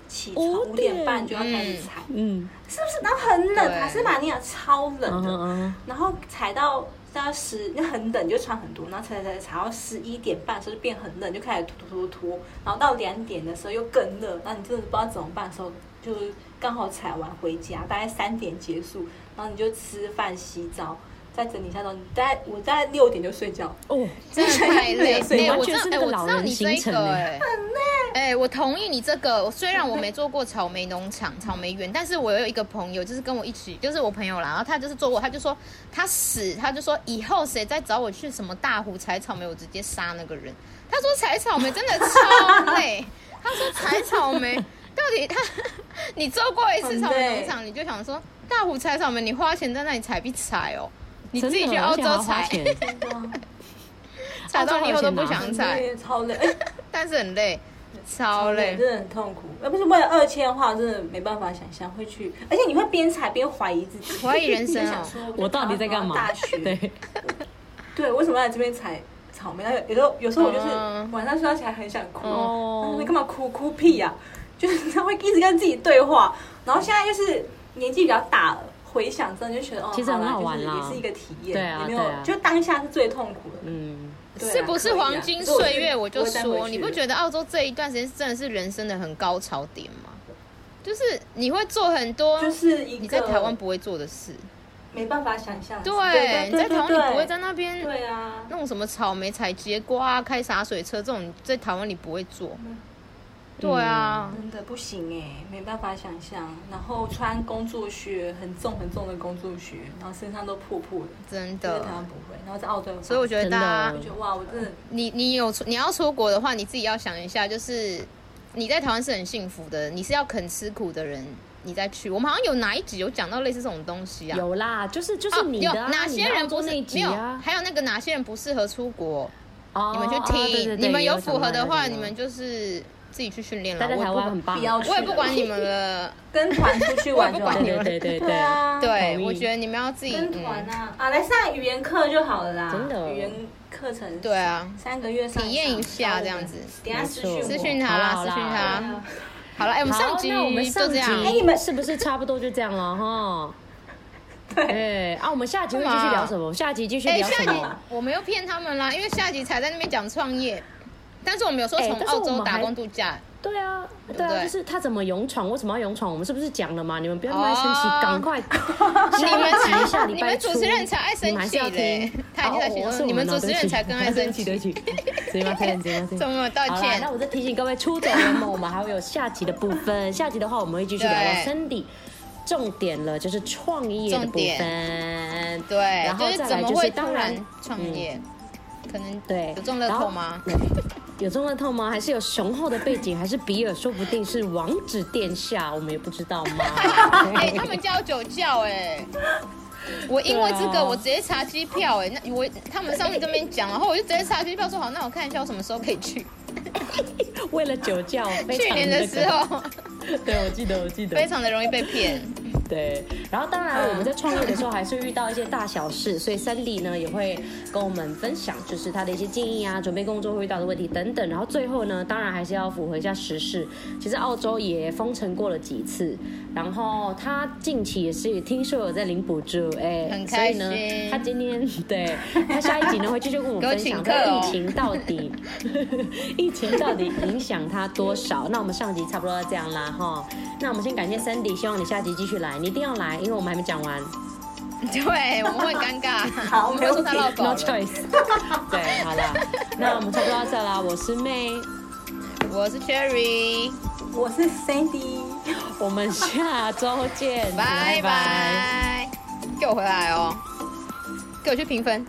Speaker 3: 起床，
Speaker 2: 五
Speaker 3: 五点半
Speaker 2: 点
Speaker 3: 就要开始踩，
Speaker 2: 嗯，
Speaker 3: 是不是？然后很冷，
Speaker 1: 对
Speaker 3: 塔斯马尼亚超冷
Speaker 2: 嗯
Speaker 3: 的，
Speaker 2: 哼嗯
Speaker 3: 然后踩到到十，那很冷就穿很多，然后踩踩踩踩到十一点半的时候就变很冷，就开始脱脱脱脱，然后到两点的时候又更热，那你真的不知道怎么办的时候，就是刚好踩完回家，大概三点结束，然后你就吃饭洗澡。再整理一下东西，大概我大概六点就睡觉，
Speaker 2: 哦，
Speaker 1: 真的太累，
Speaker 3: 所以
Speaker 1: 哎我
Speaker 2: 完
Speaker 1: 知道，哎、
Speaker 2: 全是那个
Speaker 1: 我知道你这
Speaker 2: 老人
Speaker 1: 一
Speaker 2: 行程
Speaker 1: 个、哎，哎、我同意你这个。虽然我没做过草莓农场、草莓园，但是我有一个朋友，就是跟我一起，就是我朋友啦，然后他就是做过，他就说他死，他就说以后谁再找我去什么大湖采草莓，我直接杀那个人。他说采草莓真的超累，他说采草莓到底他，你做过一次草莓农场，你就想说大湖采草莓，你花钱在那里采必采哦。你自己
Speaker 2: 真的
Speaker 1: 去
Speaker 2: 而
Speaker 1: 澳
Speaker 2: 且还
Speaker 1: 洲
Speaker 2: 要花
Speaker 1: 采，
Speaker 2: 钱，
Speaker 1: 采到你以后都不
Speaker 2: 澳
Speaker 1: 想
Speaker 3: 很
Speaker 1: 采。
Speaker 3: 累嗯超累，哎
Speaker 1: 但是很累，超累。
Speaker 3: 真的很痛苦。要不是为了二千的话，我真的没办法想象会去，而且你会边踩边怀疑自己，
Speaker 1: 怀疑人 生
Speaker 3: 就想
Speaker 1: 哦，
Speaker 3: 说
Speaker 2: 我到底 在干嘛？
Speaker 3: 大学
Speaker 2: 对，
Speaker 3: 对，为什么要来这边采草莓？然后有时候有时候我就是
Speaker 1: 嗯
Speaker 3: 晚上睡觉起来很想哭，
Speaker 2: 哦
Speaker 3: 然后你干嘛哭哭屁呀、就是他会一直跟自己对话，然后现在就是年纪比较大了，回想真的就觉得哦，
Speaker 2: 其实很好玩
Speaker 3: 啦，
Speaker 2: 啦
Speaker 3: 就是也是一个体验，
Speaker 2: 对啊
Speaker 3: 也没有
Speaker 2: 对啊
Speaker 3: 就当下是最痛苦的。
Speaker 2: 嗯，
Speaker 3: 对啊
Speaker 1: 是不是
Speaker 3: 可以啊
Speaker 1: 黄金
Speaker 3: 如果
Speaker 1: 岁月？
Speaker 3: 是
Speaker 1: 我就
Speaker 3: 我再回
Speaker 1: 说，
Speaker 3: 去
Speaker 1: 你不觉得澳洲这一段时间真的是人生的很高潮点吗？就是你会做很多
Speaker 3: 就是一个
Speaker 1: 你在台湾不会做的事，
Speaker 3: 没办法想象，
Speaker 1: 对，你在台湾
Speaker 3: 对对
Speaker 1: 你不会在那边
Speaker 3: 对啊，
Speaker 1: 弄什么草莓采结瓜啊、开洒水车这种，你在台湾你不会做。
Speaker 3: 嗯
Speaker 1: 对啊，
Speaker 3: 真的不行哎、没办法想象。然后穿工作靴，很重很重的工作靴，然后身上都破破的，
Speaker 1: 真
Speaker 3: 在
Speaker 1: 的
Speaker 3: 台。湾不会，然后在澳洲有发生，
Speaker 1: 所以我觉得大家
Speaker 2: 真的
Speaker 3: 我觉得哇，我真的
Speaker 1: 你你有出你要出国的话，你自己要想一下，就是你在台湾是很幸福的，你是要肯吃苦的人，你再去。我们好像有哪一集有讲到类似这种东西啊？
Speaker 2: 有啦，就是就
Speaker 1: 哦
Speaker 2: 是你的、
Speaker 1: 有
Speaker 2: 啊
Speaker 1: 哪
Speaker 2: 你
Speaker 1: 些
Speaker 2: 的
Speaker 1: 人
Speaker 2: 澳洲
Speaker 1: 不是
Speaker 2: 那一
Speaker 1: 没
Speaker 2: 集
Speaker 1: 有？
Speaker 2: 啊？
Speaker 1: 还有那个哪些人不适合出国？
Speaker 2: 哦
Speaker 1: 你们去
Speaker 2: 哦
Speaker 1: 听，
Speaker 2: 对对对
Speaker 1: 你们
Speaker 2: 有
Speaker 1: 有符合的话，
Speaker 2: 讲到
Speaker 1: 你们就是自己去训练了。
Speaker 2: 待在
Speaker 1: 我也
Speaker 2: 台
Speaker 1: 不
Speaker 2: 湾
Speaker 1: 管
Speaker 2: 很棒，
Speaker 3: 不要去
Speaker 1: 我也不管你们 了。
Speaker 3: 跟团出去玩就好
Speaker 1: 我也不
Speaker 2: 对
Speaker 1: 管
Speaker 3: 了。
Speaker 1: 你
Speaker 2: 对对对
Speaker 3: 对啊，
Speaker 1: 对，
Speaker 2: 同意
Speaker 1: 我觉得你们要自己
Speaker 3: 跟团
Speaker 1: 嗯，
Speaker 3: 啊、啊，来上语言课就好了啦，
Speaker 2: 真的
Speaker 3: 语言课程
Speaker 1: 对啊，
Speaker 3: 三个月上
Speaker 1: 体验一下这样子。
Speaker 3: 等一下私讯我
Speaker 1: 私讯
Speaker 2: 好啦
Speaker 1: 他，
Speaker 2: 好
Speaker 1: 私
Speaker 2: 啦
Speaker 1: 讯
Speaker 3: 对
Speaker 1: 他。
Speaker 3: 啊
Speaker 1: 好了，哎，我们上
Speaker 2: 好，
Speaker 1: 集
Speaker 2: 那我们上
Speaker 1: 就这
Speaker 2: 集
Speaker 1: 样。
Speaker 3: 哎你们
Speaker 2: 是不是差不多就这样了哈？
Speaker 3: 对，
Speaker 2: 对啊，我们下集会继
Speaker 1: 干嘛
Speaker 2: 续聊什么？下集继续
Speaker 1: 哎，
Speaker 2: 聊
Speaker 1: 下
Speaker 2: 什
Speaker 1: 集
Speaker 2: 么？
Speaker 1: 我们又骗他们啦，因为下集才在那边讲创业，但是我们有说
Speaker 2: 哎
Speaker 1: 从
Speaker 2: 但是
Speaker 1: 澳
Speaker 2: 我
Speaker 1: 洲
Speaker 2: 们
Speaker 1: 打
Speaker 2: 还
Speaker 1: 工度假，
Speaker 2: 对啊，
Speaker 1: 不
Speaker 2: 对啊，
Speaker 1: 对
Speaker 2: 就是他怎么勇闯，为什么要勇闯？我们是不是讲了嘛？你们不要那么爱生
Speaker 1: 哦
Speaker 2: 气，赶快
Speaker 1: 你
Speaker 2: 下
Speaker 1: 们
Speaker 2: 一集下
Speaker 1: 才，
Speaker 2: 礼
Speaker 1: 你
Speaker 2: 拜
Speaker 1: 们
Speaker 2: 出
Speaker 1: 主持人才爱
Speaker 2: 你
Speaker 1: 生
Speaker 2: 们还是
Speaker 1: 气
Speaker 2: 要
Speaker 1: 嘞
Speaker 2: 听。，
Speaker 1: 他已经在
Speaker 2: 哦
Speaker 1: 写
Speaker 2: 我是
Speaker 1: 说，
Speaker 2: 我
Speaker 1: 你们
Speaker 2: 呢
Speaker 1: 主持人才更爱
Speaker 2: 对
Speaker 1: 生
Speaker 2: 不起，对
Speaker 1: 气
Speaker 2: 不。起，对不起对不起对不起对不起，
Speaker 1: 怎么道
Speaker 2: 好啦，
Speaker 1: 歉
Speaker 2: 那？我再提醒各位，出走联盟我们还会有下集的部分，下集的话我们会继续聊聊
Speaker 1: 对
Speaker 2: Cindy 重点了，就是创业的部
Speaker 1: 重
Speaker 2: 分。
Speaker 1: 对
Speaker 2: 然，后
Speaker 1: 就是
Speaker 2: 再
Speaker 1: 怎
Speaker 2: 来
Speaker 1: 么
Speaker 2: 就是
Speaker 1: 会
Speaker 2: 当
Speaker 1: 突
Speaker 2: 然嗯
Speaker 1: 然创业？可能
Speaker 2: 对
Speaker 1: 有中乐
Speaker 2: 然后
Speaker 1: 透吗？
Speaker 2: 有中乐透吗？还是有雄厚的背景？还是比尔？说不定是王子殿下，我们也不知道 嘛。
Speaker 1: 哎，他们家有酒窖哎。我因为这
Speaker 2: 对啊
Speaker 1: 个，我直接查机票哎、那我他们上次这边讲，然后我就直接查机票说好，那我看一下我什么时候可以去。
Speaker 2: 为了酒窖， 非常
Speaker 1: 去年的时候，
Speaker 2: 那个，对我记得，我记得，
Speaker 1: 非常的容易被骗。
Speaker 2: 对，然后当然我们在创业的时候还是遇到一些大小事，所以三弟呢也会跟我们分享，就是他的一些建议啊，准备工作会遇到的问题等等。然后最后呢，当然还是要符合一下时事。其实澳洲也封城过了几次，然后他近期也是听说有在领补助，哎，
Speaker 1: 很
Speaker 2: 所以
Speaker 1: 开
Speaker 2: 呢
Speaker 1: 心，
Speaker 2: 他今天对他下一集呢会继续跟我们
Speaker 1: 给我
Speaker 2: 分
Speaker 1: 请
Speaker 2: 享
Speaker 1: 客
Speaker 2: 在
Speaker 1: 哦
Speaker 2: 疫情到底 疫情到底影响他多少？那我们上集差不多这样啦哈。那我们先感谢 Sandy，希望你下集继续来，你一定要来，因为我们还没讲完。
Speaker 1: 对，我们会很尴尬。
Speaker 3: 好
Speaker 1: 我们会说他
Speaker 3: 没
Speaker 1: 绕
Speaker 3: 问题
Speaker 1: 狗
Speaker 2: No
Speaker 1: 了。
Speaker 2: choice。对，好啦，那我们差不多到这啦。我是妹，
Speaker 1: 我是 Cherry，
Speaker 3: 我是 Sandy。
Speaker 2: 我们下周见，
Speaker 1: 拜。拜，给我回来哦，给我去评分。